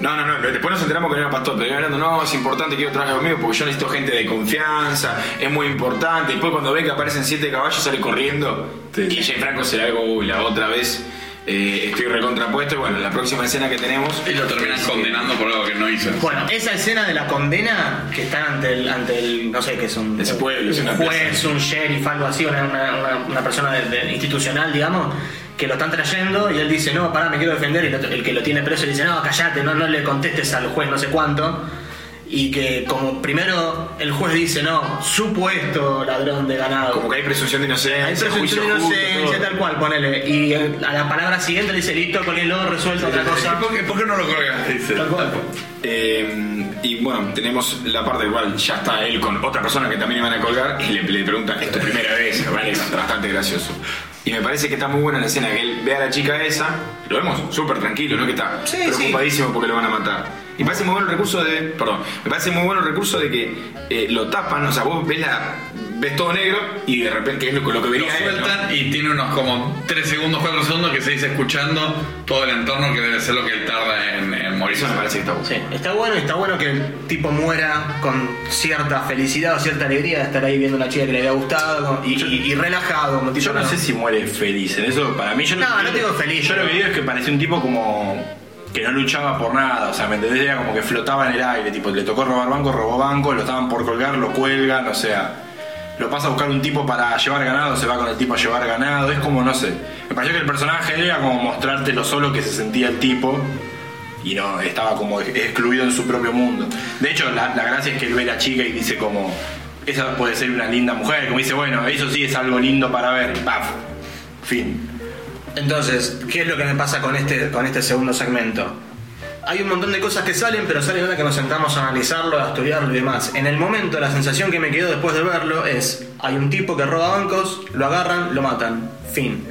S1: No, no, no. Después nos enteramos que no era pastor, pero iba hablando, no, es importante que yo trabaje conmigo porque yo necesito gente de confianza, es muy importante. Después cuando ve que aparecen siete caballos sale corriendo y Jay Franco se la ve como, uy, la otra vez eh, estoy recontrapuesto. Y bueno, la próxima escena que tenemos...
S4: Y lo terminan condenando por algo que no hizo.
S6: Bueno, esa escena de la condena que están ante el, ante el no sé, que es un,
S1: Ese pueblo, es
S6: un
S1: una
S6: juez, un sheriff, algo así, una, una- una- una persona de- de- institucional, digamos, que lo están trayendo y él dice, no, pará, me quiero defender, y el, otro- el que lo tiene preso le dice, no, callate, no, no le contestes al juez no sé cuánto. Y que como primero el juez dice, no, supo esto, ladrón de ganado.
S1: Como que hay presunción de inocencia,
S6: Ahí
S1: juicio
S6: presunción de
S1: justo,
S6: inocencia,
S1: todo.
S6: tal cual, ponele. Y el- a la palabra siguiente le dice, listo, con el lodo resuelto otra cosa.
S4: ¿Por qué, por qué no lo colgaste? Dice.
S6: Tal cual.
S1: Eh, y bueno, tenemos la parte igual, ya está él con otra persona que también iban a colgar y le, le pregunta, es tu primera vez, ¿verdad? Es bastante gracioso. Y me parece que está muy buena la escena, que él ve a la chica esa, lo vemos súper tranquilo, ¿no? Que está
S6: Sí,
S1: preocupadísimo porque lo van a matar. Y me parece muy bueno el recurso de. Perdón, me parece muy bueno el recurso de que eh, lo tapan, o sea, vos ves la. ves todo negro y de repente, que es lo, lo que
S4: Lo
S1: vería él, ¿no?
S4: sueltan y tiene unos como 3 segundos, 4 segundos que se dice escuchando todo el entorno que debe ser lo que él tarda en, en morir.
S1: Eso me parece que está bueno.
S6: Sí, está bueno y está bueno que el tipo muera con cierta felicidad o cierta alegría de estar ahí viendo a una chica que le había gustado y, y- y relajado. Como tipo,
S3: Yo no sé si muere feliz en eso. Para mí, yo
S6: No, no digo feliz,
S3: Yo lo que
S6: pero-
S3: digo es que parecía un tipo como. que no luchaba por nada. O sea, ¿me entendés? Era como que flotaba en el aire. Tipo, le tocó robar banco, robó banco, lo estaban por colgar, lo cuelgan. O sea, lo pasa a buscar un tipo para llevar ganado, se va con el tipo a llevar ganado. Es como, no sé. Me pareció que el personaje era como mostrarte lo solo que se sentía el tipo. Y no, estaba como ex- excluido en su propio mundo. De hecho, la, la gracia es que él ve a la chica y dice como, esa puede ser una linda mujer. Como dice, bueno, eso sí es algo lindo para ver. Y Paf. Fin.
S6: Entonces, ¿qué es lo que me pasa con este, con este segundo segmento? Hay un montón de cosas que salen, pero salen ahora que nos sentamos a analizarlo, a estudiarlo y demás. En el momento, la sensación que me quedó después de verlo es: hay un tipo que roba bancos, lo agarran, lo matan. Fin.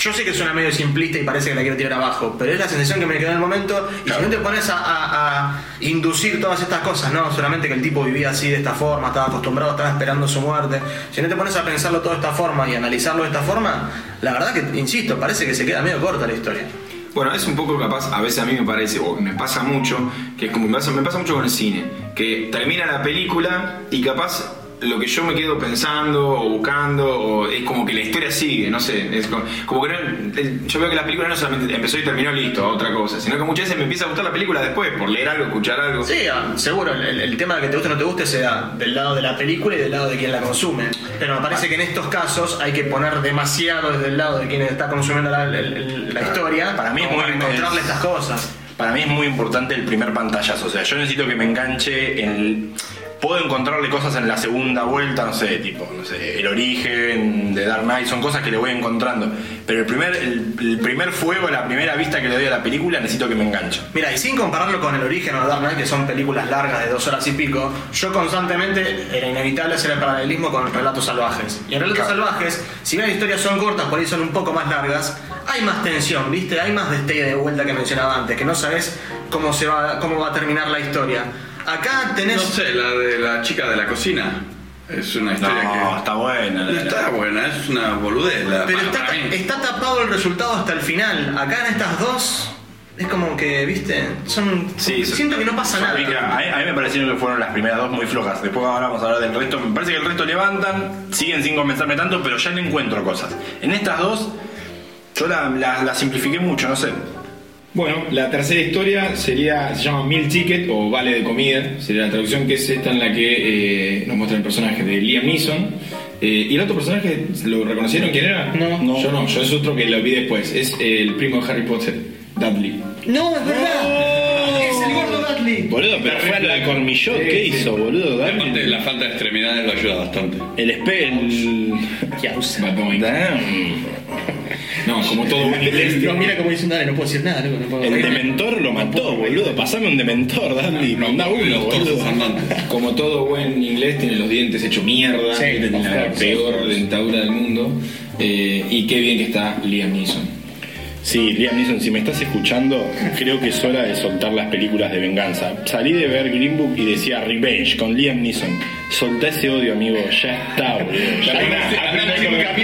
S6: Yo sé que suena medio simplista y parece que la quiero tirar abajo, pero es la sensación que me quedó en el momento. Y si no te pones a, a- a inducir todas estas cosas, no, solamente que el tipo vivía así de esta forma, estaba acostumbrado, estaba esperando su muerte. Si no te pones a pensarlo todo de esta forma y analizarlo de esta forma, la verdad que, insisto, parece que se queda medio corta la historia.
S1: Bueno, es un poco capaz, a veces a mí me parece, o me pasa mucho, que como me pasa, me pasa mucho con el cine, que termina la película y capaz lo que yo me quedo pensando o buscando, o es como que la historia sigue, no sé, es como, como que no- el- yo veo que la película no solamente empezó y terminó listo, otra cosa, sino que muchas veces me empieza a gustar la película después, por leer algo, escuchar algo.
S6: Sí, ah, seguro, el- el, el tema de que te guste o no te guste se da del lado de la película y del lado de quien la consume. Pero me parece que en estos casos hay que poner demasiado desde el lado de quien está consumiendo la, el- el- la historia
S3: Para mí es
S6: como
S3: muy-
S6: para encontrarle estas cosas.
S3: Para mí es muy importante el primer pantallazo. O sea, yo necesito que me enganche en el- Puedo encontrarle cosas en la segunda vuelta, no sé, tipo, no sé, el origen de Dark Knight, son cosas que le voy encontrando. Pero el primer, el, el primer fuego, la primera vista que le doy a la película, necesito que me enganche.
S6: Mira, y sin compararlo con El Origen o The Dark Knight, que son películas largas de dos horas y pico, yo constantemente era inevitable hacer el paralelismo con Relatos Salvajes. Y en Relatos Salvajes, si bien las historias son cortas, por ahí son un poco más largas, hay más tensión, ¿viste? Hay más destello de vuelta que mencionaba antes, que no sabes cómo, se va, cómo va a terminar la historia. Acá tenés...
S4: No sé, la de la chica de la cocina. Es una historia
S3: No,
S4: que.
S3: está buena. la- la-
S4: Está buena, es una boludez. La,
S6: Pero
S4: para-
S6: está,
S4: para mí.
S6: está tapado el resultado hasta el final. Acá en estas dos... Es como que, viste, son...
S1: Sí, son-
S6: siento que no pasa nada.
S3: Mira, a, mí- a mí me parecieron que fueron las primeras dos muy flojas. Después ahora vamos a hablar del resto. Me parece que el resto levantan, siguen sin convencerme tanto, pero ya le encuentro cosas. En estas dos, yo la- la- la simplifiqué mucho, no sé.
S7: Bueno, la tercera historia sería, se llama Meal Ticket o Vale de Comida, sería la traducción que es esta en la que eh, nos muestra el personaje de Liam Neeson. Eh, ¿Y el otro personaje, lo reconocieron quién era?
S6: No. No.
S7: Yo no, yo es otro que lo vi después, es eh, el primo de Harry Potter, Dudley.
S6: No, es verdad. Es el gordo Dudley.
S8: Boludo, pero fue a la de Cormillot, ¿qué hizo, boludo?
S4: Aparte, la falta de extremidades lo ayuda bastante.
S8: El espe... el-
S7: Bad Bunny.
S8: Damn.
S7: No, como todo un inglés.
S6: No, Este, mira cómo dice un dale, no puedo decir nada, loco, no puedo
S8: El dementor lo mató, boludo. Pasame un dementor, Dandy. Manda uno,
S4: Los torsos
S8: boludo.
S4: andantes.
S7: Como todo buen inglés, tiene los dientes hecho mierda,
S6: Sí,
S7: tiene
S6: of
S7: la
S6: course, of
S7: peor
S6: course.
S7: dentadura del mundo. Eh, y qué bien que está Liam Neeson.
S8: Sí, Liam Neeson, si me estás escuchando, creo que es hora de soltar las películas de venganza. Salí de ver Green Book y decía Revenge con Liam Neeson. Soltá ese odio, amigo. Ya está, boludo. Ya está.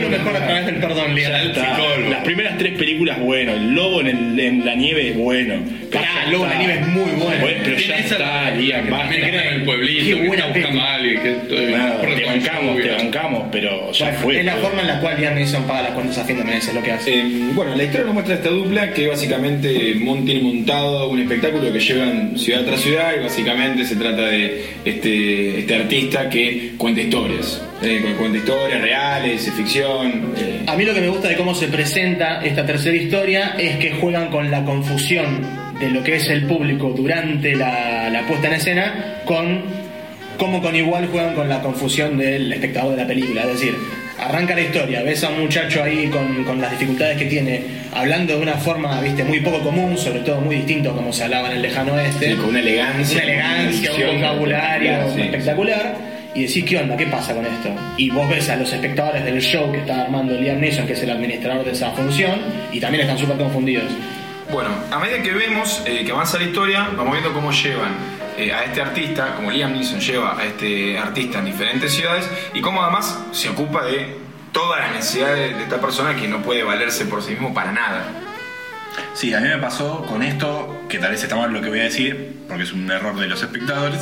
S6: mejor a través del perdón,
S8: Ya está. Las primeras tres películas, bueno. El lobo en, el- en la nieve, bueno. Pero
S6: Pará,
S8: ya
S6: Lobo en la
S8: está.
S6: Nieve es muy bueno.
S8: Pero ya
S4: Tiene esa-
S8: está, Liam.
S3: Ah,
S8: basta.
S4: También está en el pueblito,
S6: Qué
S4: que
S6: buena
S4: está buscando a alguien. Que,
S8: Nada, te
S4: Por el-
S8: bancamos, te bancamos, pero ya fue.
S6: es la
S8: boludo.
S6: forma en la cual Liam Neeson paga las cuentas a fin de mes, es lo que hace.
S7: Eh, bueno, la historia nos muestra esta dupla que básicamente mon- tiene montado un espectáculo que llevan ciudad tras ciudad y básicamente se trata de este, este artista que cuenta historias. eh, cu- cuenta historias reales, eh, ficción. eh.
S6: A mí lo que me gusta de cómo se presenta esta tercera historia es que juegan con la confusión de lo que es el público durante la, la puesta en escena con cómo con igual juegan con la confusión del espectador de la película. Es decir, Arranca la historia, ves a un muchacho ahí con, con las dificultades que tiene, hablando de una forma, viste, muy poco común, sobre todo muy distinto a como se hablaba en el lejano oeste.
S9: Sí, con una elegancia.
S6: Una elegancia,
S9: una
S6: un
S9: visión
S6: vocabulario
S9: espectacular, sí.
S6: espectacular. Y decís, ¿qué onda? ¿Qué pasa con esto? Y vos ves a los espectadores del show que está armando Liam Neeson, que es el administrador de esa función, y también están súper confundidos.
S1: Bueno, a medida que vemos eh, que avanza la historia, vamos viendo cómo llevan eh, a este artista, como Liam Neeson lleva a este artista en diferentes ciudades y cómo además se ocupa de todas las necesidades de esta persona que no puede valerse por sí mismo para nada.
S3: Sí, a mí me pasó con esto, que tal vez está mal lo que voy a decir, porque es un error de los espectadores.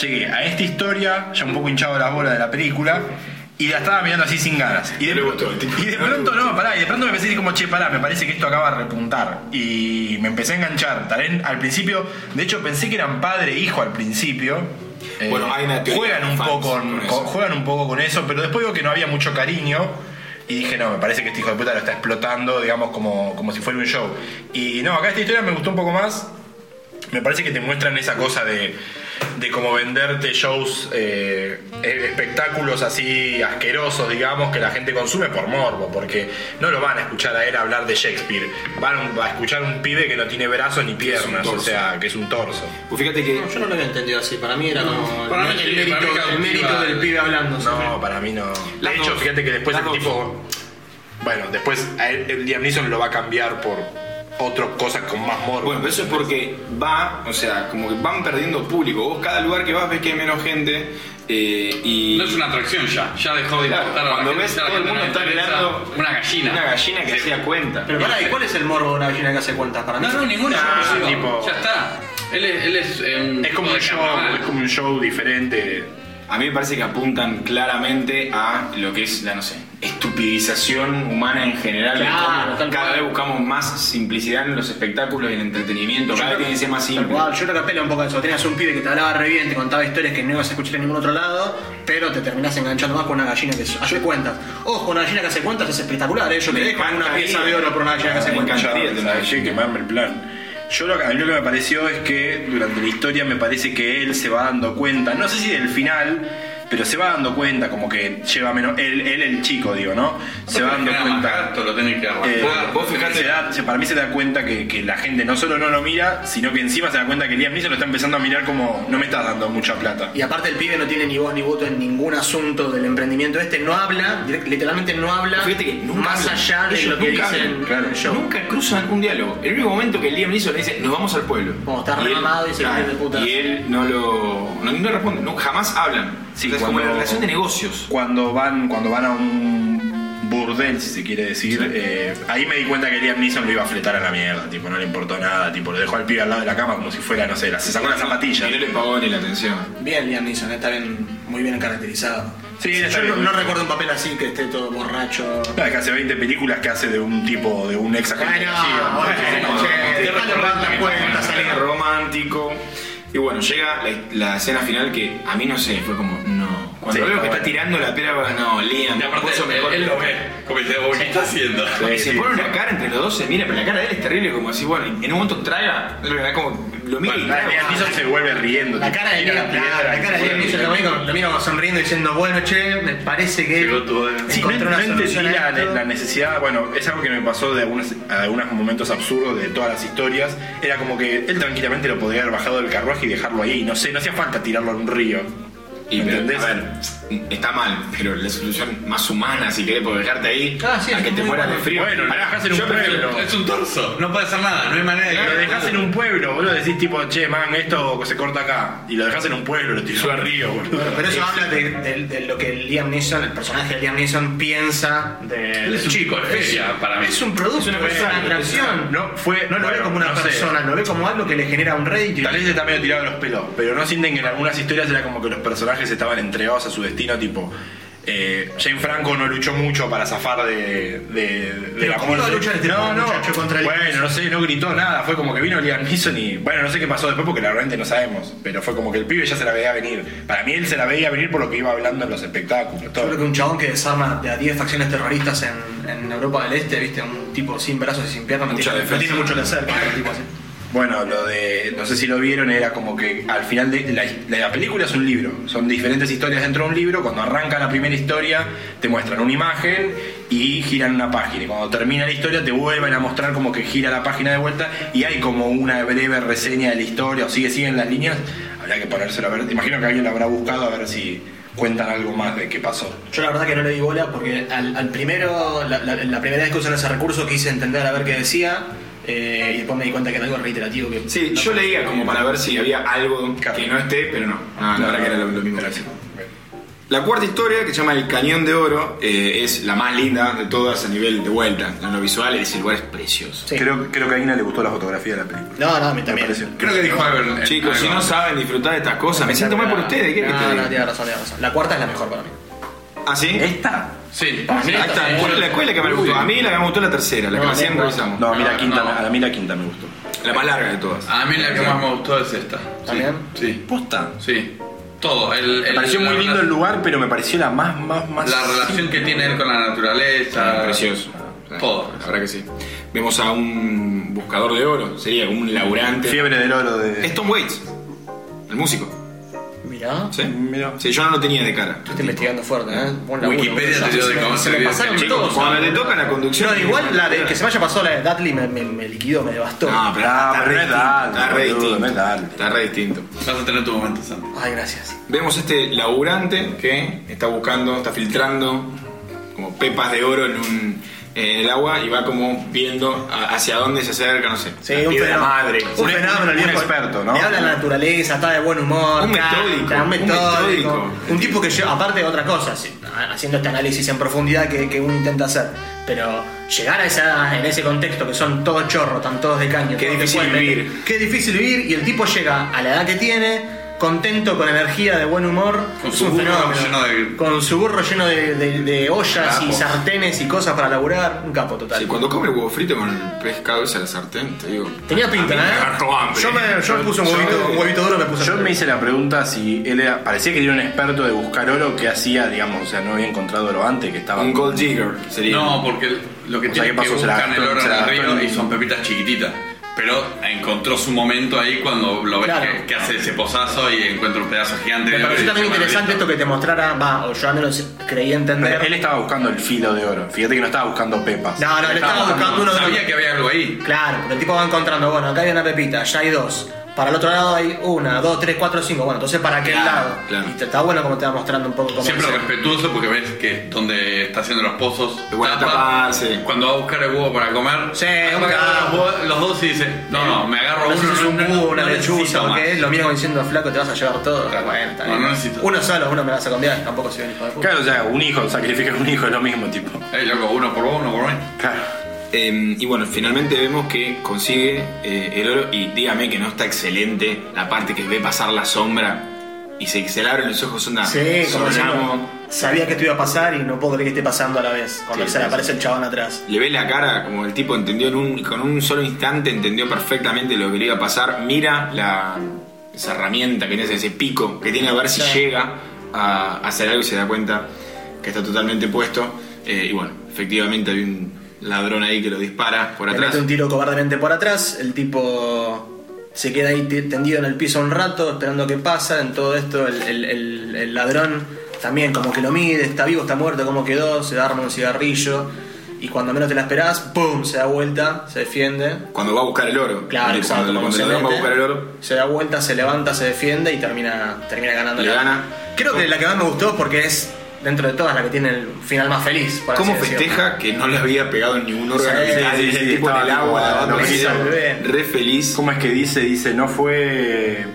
S3: Llegué a esta historia, ya un poco hinchado las bolas de la película, y la estaba mirando así sin ganas. Y de,
S1: No le gustó el tipo.
S3: y de pronto, no, pará, y de pronto me empecé a decir como, che, pará, me parece que esto acaba de repuntar. Y me empecé a enganchar. Tal vez al principio, de hecho pensé que eran padre e hijo al principio. Eh,
S1: Bueno, hay una teoría
S3: juegan
S1: de
S3: un
S1: fans
S3: poco con,
S1: con
S3: con-
S1: eso.
S3: juegan un poco con eso, pero después veo que no había mucho cariño. Y dije, no, me parece que este hijo de puta lo está explotando, digamos, como, como si fuera un show. Y no, acá esta historia me gustó un poco más. Me parece que te muestran esa cosa de, de como venderte shows, eh, eh, espectáculos así asquerosos, digamos, que la gente consume por morbo, porque no lo van a escuchar a él hablar de Shakespeare. Van a escuchar a un pibe que no tiene brazos ni piernas, o
S1: torso.
S3: sea, que es un torso.
S1: Pues fíjate que
S6: yo no lo había entendido así, para mí era como
S4: para mí sí, para mí cautiva.
S6: hablando.
S3: No, para mí no. De
S1: Las
S3: hecho,
S1: dos.
S3: fíjate que después
S1: Las
S3: el
S1: dos.
S3: tipo. Bueno, después a él- el Liam Neeson lo va a cambiar por otra cosa con más morbo.
S1: Bueno, pero eso es porque va, o sea, como que van perdiendo público. Vos cada lugar que vas ves que hay menos gente eh, y...
S4: No es una atracción ya, ya dejó de
S1: Claro,
S4: importar a la
S1: cuando
S4: gente,
S1: ves
S4: ya la
S1: todo el
S4: gente
S1: mundo
S4: no
S1: está
S4: le interesa.
S1: mirando
S4: una gallina.
S1: Una gallina que hacía cuenta.
S6: Pero pará, ¿y cuál es el morbo de una gallina que hace cuentas para mí?
S4: No, no, ninguna.
S3: Ah,
S4: yo no sigo.
S3: tipo-
S4: Ya está. Él es, él es, eh, un
S3: es como un
S4: tipo de
S3: show,
S4: carnaval.
S3: es como un show diferente.
S1: A mí me parece que apuntan claramente a lo que es la, no sé, estupidización humana en general.
S6: Claro,
S1: Como
S6: tal
S1: cada
S6: cual.
S1: vez buscamos más simplicidad en los espectáculos y en el entretenimiento. Cada vez tiene que ser más
S6: Tal
S1: simple.
S6: cual, yo creo que apela un poco a eso. Tenías un pibe que te hablaba re bien, te contaba historias que no ibas a escuchar en ningún otro lado, pero te terminás enganchando más con una gallina que hace cuentas. Ojo, una gallina que hace cuentas es espectacular, ¿eh? Yo
S1: Me
S6: te dejo una
S1: encantaría.
S6: pieza de oro por una gallina que hace
S1: Me
S6: cuentas.
S1: encantaría.
S3: Ya,
S1: tener-
S3: ya, que mame el plan. Yo lo, a mí lo que me pareció es que durante la historia me parece que él se va dando cuenta, no sé si del final, pero se va dando cuenta, como que lleva menos. Él, él el chico, digo, ¿no? Se va dando
S4: Era
S3: cuenta.
S4: más gasto, lo tenés que arrancar.
S3: Eh,
S1: Vos- vos fijate-
S3: se da- se- para mí se da cuenta que, que la gente no solo no lo mira, sino que encima se da cuenta que Liam Neeson lo está empezando a mirar como no me estás dando mucha plata.
S6: Y aparte el pibe no tiene ni voz ni voto en ningún asunto del emprendimiento este, no habla, direct- literalmente no habla,
S1: Fíjate que nunca
S6: más
S1: hablan.
S6: allá de
S1: Ellos
S6: lo que
S1: nunca
S6: dicen
S1: hablan,
S3: claro.
S6: en el show.
S1: Nunca cruzan un diálogo. El único momento que Liam Neeson le dice, nos vamos al pueblo.
S6: Como está
S1: él-
S6: remamado y se
S1: claro,
S6: pone de putas.
S1: Y él no lo. No, no responde, no- jamás hablan.
S3: Sí,
S1: O sea, es como
S3: cuando-
S1: la relación de negocios.
S3: Cuando van, cuando van a un burdel, si se quiere decir, eh, ahí me di cuenta que Liam Neeson lo iba a fletar a la mierda, tipo, no le importó nada, tipo, lo dejó al pibe al lado de la cama como si fuera, no sé, la- se sacó la zapatilla.
S1: Y no le pagó ni la atención.
S6: Bien Liam Neeson, está bien, muy bien caracterizado.
S3: Sí,
S6: yo
S3: está
S6: no,
S3: bien.
S6: no recuerdo un papel así que esté todo borracho.
S3: No, es que hace 20 películas que hace de un tipo, de un ex agente.
S6: Bueno,
S3: Sí, ¿no?
S6: bueno, che, te van a robar las cuentas,
S1: Sale
S6: Alejandro.
S1: romántico. Y bueno, llega la, la escena final que a mí no sé, fue como, no.
S3: Sí,
S1: Cuando veo
S3: está
S1: que está
S3: bueno.
S1: tirando la pera, bueno, no, Liam,
S4: Y aparte, eh,
S1: vos sos mejor.
S4: él, él lo ve. Como dice, "Vos, ¿qué está haciendo?
S1: Y se pone una cara entre los dos, se mira, pero la cara de él es terrible, como así, bueno, en un momento traga, en realidad como lo mira y
S3: Ah,
S1: traga.
S3: Liam Neeson se vuelve riendo.
S6: La
S3: tipo,
S6: cara de
S3: tira
S6: Liam,
S3: la
S6: claro,
S3: piedra,
S6: la cara de Liam Neeson, lo miro- lo miro sonriendo diciendo, bueno, che, me parece que
S4: Llegó tu hora.
S3: Sí, no,
S6: encontré una
S3: no entendí
S6: solución a
S3: la,
S6: esto.
S3: la necesidad, bueno, es algo que me pasó de algunos, a algunos momentos absurdos de todas las historias, era como que él tranquilamente lo podría haber bajado del carruaje y dejarlo ahí, no sé, no hacía falta tirarlo a un río.
S1: Y pero,
S3: ¿Entendés?
S1: a ver, está mal, pero la solución más humana, si querés, por dejarte ahí,
S6: Ah, sí,
S1: a
S6: es
S1: que te
S6: muy
S1: mueras
S6: bueno.
S1: de frío.
S3: Bueno, lo
S1: Pará,
S3: dejás en un
S1: yo prefiero-
S3: pueblo.
S4: Es un torso, no puede hacer nada, no hay manera de que
S3: Lo dejás en un pueblo, boludo, decís tipo, che, man, esto se corta acá. Y lo dejás en un pueblo, lo tiró al río, boludo.
S6: Bueno, pero eso habla de, de- de lo que Liam Neeson, el personaje de Liam Neeson, piensa de.
S4: Él es un chico, es feria para mí.
S6: Es un producto, es una, atracción. No,
S3: No, fue,
S6: lo ve
S3: bueno,
S6: como una
S3: no sé.
S6: persona, lo ve como algo que le genera un rating.
S3: Tal vez está medio tirado de los pelos, pero no sienten que en algunas historias era como que los personajes estaban entregados a su destino, tipo. Eh, Jane Franco no luchó mucho para zafar de, de, de
S6: Pero
S3: la
S6: ¿cómo iba a
S3: muerte.
S6: luchar este
S3: no, no.
S6: muchacho contra el-
S3: Bueno, no sé, no gritó nada. Fue como que vino Liam Neeson y. Bueno, no sé qué pasó después porque la realmente no sabemos. Pero fue como que el pibe ya se la veía venir. Para mí él se la veía venir por lo que iba hablando en los espectáculos.
S6: Yo
S3: Todo.
S6: creo que un chabón que desarma de a 10 facciones terroristas en, en Europa del Este, viste, un tipo sin brazos y sin piernas, no,
S1: Mucha
S6: tiene, no
S1: defensa.
S6: tiene mucho que hacer. contra un tipo así.
S3: Bueno, lo de. No sé si lo vieron, era como que al final de. La, la película es un libro. Son diferentes historias dentro de un libro. Cuando arranca la primera historia, te muestran una imagen y giran una página. Y cuando termina la historia, te vuelven a mostrar como que gira la página de vuelta y hay como una breve reseña de la historia o sigue, siguen las líneas. Habrá que ponérselo a ver. Imagino que alguien lo habrá buscado a ver si cuentan algo más de qué pasó.
S6: Yo la verdad que no le di bola porque al, al primero, la, la- la primera vez que usan ese recurso quise entender a ver qué decía eh, y después me di cuenta que era algo reiterativo. Que
S1: Sí, yo leía como para ver si había algo
S3: Claro.
S1: que no esté, pero no. Ah, No, la verdad que era lo, lo mismo.
S3: Pero sí.
S1: La cuarta historia, que se llama El Cañón de Oro, eh, es la más linda de todas a nivel de vuelta. En lo visual, ese lugar es precioso.
S6: Sí.
S3: Creo, creo que a Ina le gustó la fotografía de la película.
S6: No, no, a mí
S3: Me
S6: también.
S3: pareció.
S1: Creo que dijo,
S4: Algo-
S1: chicos, si
S4: algo-
S1: no saben disfrutar de estas cosas, me siento mal por ustedes. ¿qué
S6: no,
S1: es que te
S6: no,
S1: diga?
S6: tiene razón, tiene razón. La cuarta es la mejor para mí.
S1: ¿Ah, sí?
S3: ¿Esta?
S4: Sí,
S1: Ahí está, ¿cuál es la, cuál es la que me gustó? A mí la que me gustó es la tercera, la que
S6: No,
S1: recién
S6: no, no.
S1: revisamos.
S3: No, a mí la
S4: No,
S3: quinta,
S4: no.
S3: a mí la quinta me gustó.
S1: La más larga de todas. Ah,
S4: A mí la que más me gustó es esta. Sí,
S6: ¿También?
S4: Sí,
S3: ¿Posta?
S4: sí. Todo. El,
S3: Me
S4: el-
S3: pareció muy
S4: la
S3: lindo el
S4: relación-
S3: lugar, pero me pareció la más, más, más.
S4: La relación que tiene él con la naturaleza.
S1: Precioso.
S4: Todo.
S1: La verdad que sí. Vemos a un buscador de oro, sería como un laburante.
S3: Fiebre del oro de.
S1: Es Tom Waits, el músico.
S6: Mirá.
S1: ¿sí?
S3: Mirá.
S1: Sí, yo no lo tenía de cara.
S6: Estoy investigando fuerte,
S1: Ah.
S6: ¿eh? Buen laburo,
S4: Wikipedia
S6: buen
S4: te dio de
S6: trabajo.
S4: cómo
S6: Se me
S4: se
S6: pasaron
S4: vive.
S6: todos.
S1: Cuando le toca la conducción.
S6: No, igual la de que se me haya pasado la de Dudley me, me, me liquidó, me devastó.
S1: No, pero
S3: Ah,
S1: está,
S3: pero
S1: re
S3: no es Dante,
S1: distinto, está re
S3: boludo,
S1: distinto.
S3: no es Dante.
S1: Está re distinto.
S4: Vas a tener tu momento, Santi.
S6: Ay, gracias.
S1: Vemos este laburante que está buscando, está filtrando como pepas de oro en, un, eh, en el agua y va como viendo a- hacia dónde se acerca, no sé.
S6: Sí,
S1: la
S6: un
S1: piedra
S6: fenómeno.
S1: madre.
S6: Un fenómeno, el
S3: un
S6: viejo.
S3: experto, ¿no?
S6: Le habla a la naturaleza, está de buen humor.
S1: Un
S6: canta,
S1: metódico,
S6: Un
S1: un
S6: metódico.
S1: metódico.
S6: Un tipo que lleva, aparte de otra cosa, si- haciendo este análisis en profundidad que, que uno intenta hacer. Pero llegar a esa, en ese contexto que son todos chorros, están todos de caño.
S1: Qué
S6: todos
S1: difícil
S6: delincuentes,
S1: vivir.
S6: Qué difícil vivir y el tipo llega a la edad que tiene. Contento, con energía, de buen humor.
S4: Con
S6: es
S4: su
S6: un
S4: burro
S6: fenómeno.
S4: lleno de-
S6: Con su burro lleno de, de- de ollas y
S4: Capo.
S6: sartenes y cosas para laburar. Un capo total.
S1: Sí, cuando come el huevo frito con el pescado ese a la sartén, te digo.
S6: Tenía pinta,
S1: a mí me agarró
S6: ¿eh?
S1: hambre.
S6: Yo me, yo me puse un huevito, un huevito duro, me puse
S3: Yo
S6: un-
S3: me hice la pregunta si él era- parecía que era un experto de buscar oro que hacía, digamos, o sea, no había encontrado oro antes, que estaba.
S1: Un gold digger sería.
S4: No, porque lo que
S3: O sea,
S4: tiene
S3: ¿qué
S4: es que
S3: pasó? Se la
S4: buscan el
S3: gastó-
S4: oro
S3: se
S4: en
S3: la
S4: el
S3: gastó
S4: río
S3: en-
S4: y son pepitas chiquititas. Pero encontró su momento ahí cuando lo ves
S6: Claro.
S4: que, que hace ese pozazo y encuentra un pedazo gigante
S6: Me
S4: de oro.
S6: pareció
S4: y
S6: también
S4: dice,
S6: interesante esto
S4: "Bueno,
S6: que te mostrara, va, o yo al menos creí
S3: Pero él
S6: entender.
S3: estaba buscando el filo de oro. Fíjate que no estaba buscando pepas.
S6: No, no, le estaba buscando uno
S4: listo".
S6: de
S4: Ah, Sabía
S6: los.
S4: que había algo ahí.
S6: Claro, porque el tipo va encontrando, bueno, acá hay una pepita, ya hay dos. Para el otro lado hay una, dos, tres, cuatro, cinco. Bueno, entonces para aquel lado.
S1: claro.
S6: Y te- está bueno como te va mostrando un poco cómo
S4: Siempre
S6: es.
S4: respetuoso porque ves que donde está haciendo los pozos.
S1: Igual tapa, sí.
S4: Cuando va a buscar el huevo para comer. ah,
S6: Sí, un
S4: agarra los,
S6: cago.
S4: huevos- los dos y dice: No, no, me agarro
S6: No sé si
S4: uno.
S6: es
S4: no,
S6: un
S4: no,
S6: búho, una
S4: no necesito
S6: lechuza, o
S4: más".
S6: qué, lo mismo diciendo flaco, te vas a llevar todo.
S4: Claro.
S6: Bueno, está
S4: No,
S6: bien.
S4: no necesito.
S6: Uno solo, uno me vas a cambiar, tampoco soy un hijo de puta.
S3: Claro, o sea, un hijo, sacrificar un hijo es lo mismo, tipo.
S4: Eh, loco, uno por vos, uno por mí.
S3: Claro.
S1: Eh, y bueno, finalmente vemos que consigue eh, el oro y dígame que no está excelente la parte que ve pasar la sombra y se, se le abren los ojos, onda,
S6: Sí, como
S1: sonamos,
S6: diciendo, sabía que esto iba a pasar y no puedo creer que esté pasando a la vez. Cuando
S1: Sí,
S6: se le
S1: sí,
S6: aparece el chabón atrás.
S1: Le ve la cara, como el tipo entendió en un, con un solo instante, entendió perfectamente lo que le iba a pasar. Mira la, esa herramienta que tiene, ese pico que tiene a ver si
S6: Sí.
S1: llega a hacer algo y se da cuenta que está totalmente puesto. Eh, y bueno, efectivamente hay un ladrón ahí que lo dispara por
S6: Le
S1: atrás.
S6: mete un tiro cobardemente por atrás, el tipo se queda ahí te- tendido en el piso un rato, esperando que pasa. En todo esto, el, el- el- el ladrón también como que lo mide, está vivo, está muerto, cómo quedó, se arma un cigarrillo. Y cuando menos te la esperás, ¡pum! se da vuelta, se defiende.
S1: Cuando va a buscar el oro.
S6: Claro,
S1: Cuando-
S6: exacto.
S1: Cuando,
S6: cuando
S1: cuando
S6: se
S1: el ladrón va a
S6: mete,
S1: buscar el oro.
S6: Se da vuelta, se levanta, se defiende y termina, termina ganando.
S1: Le
S6: la-
S1: gana.
S6: Creo que la que más me gustó porque es, dentro de todas, la que tiene el final más feliz. por así
S1: ¿Cómo
S6: decirlo.
S1: festeja que no le había pegado en ningún órgano
S6: Sí,
S1: vital?
S6: sí,
S1: Ese
S3: sí,
S1: tipo en el
S3: estaba
S1: agua,
S3: como
S1: lavándose,
S6: enloquecido.
S1: re feliz.
S3: ¿Cómo es que dice? Dice, no fue.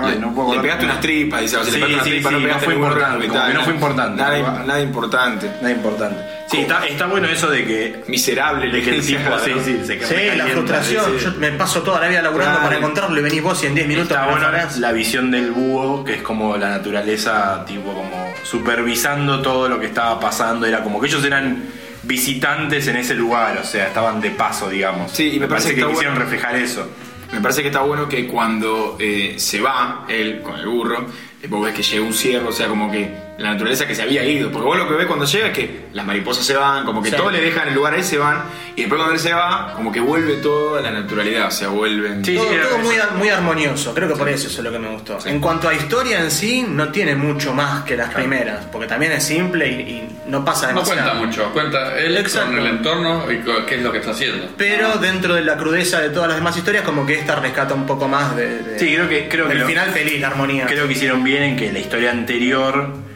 S3: Ay,
S1: le,
S3: no puedo
S1: le
S3: acordar
S1: pegaste
S3: cómo-
S1: unas tripas, dice, o sea,
S3: Sí,
S1: le pegaste unas
S3: sí,
S1: tripas,
S3: sí,
S1: no pegaste
S3: no fue
S1: ningún
S3: importante,
S1: órgano
S3: como
S1: vital,
S3: que no fue importante.
S1: Nada, im- nada importante.
S3: Nada importante. Sí, está, está bueno eso de que.
S1: Miserable
S3: De
S1: le
S3: que el
S1: dice
S3: tipo,
S1: al
S3: sí,
S1: ladrón.
S3: sí, se
S6: Sí, la
S3: recalienta,
S6: frustración.
S3: sí, sí.
S6: Yo me paso toda la vida laburando
S1: Claro.
S6: para encontrarlo y venís vos y en 10 minutos
S3: Está
S6: me
S3: bueno
S6: encontrás.
S3: la visión del búho, que es como la naturaleza, tipo, como supervisando todo lo que estaba pasando. Era como que ellos eran visitantes en ese lugar, o sea, estaban de paso, digamos.
S1: Sí, y me parece que
S3: que
S1: está
S3: quisieron
S1: bueno.
S3: reflejar eso.
S1: Me parece que está bueno que cuando eh, se va él con el burro, eh, vos ves que llega un ciervo, o sea, como que la naturaleza que se había ido. Porque vos lo que ves cuando llega es que las mariposas se van, como que
S6: Sí.
S1: todo le dejan el lugar a él, se van, y después cuando él se va, como que vuelve toda la naturalidad, o sea, vuelven.
S6: todo,
S4: sí,
S6: todo
S4: es-
S6: muy, ar- muy armonioso, creo que por eso es lo que me gustó. En cuanto a historia en sí, no tiene mucho más que las primeras, porque también es simple y, y no pasa
S4: No
S6: demasiado.
S4: cuenta mucho, cuenta él
S6: Exacto.
S4: con el entorno y con- qué es lo que está haciendo.
S6: Pero dentro de la crudeza de todas las demás historias, como que esta rescata un poco más de, de-
S3: Sí, creo que- creo que
S6: del
S3: lo-
S6: final feliz, la armonía.
S3: Creo que hicieron bien en que la historia anterior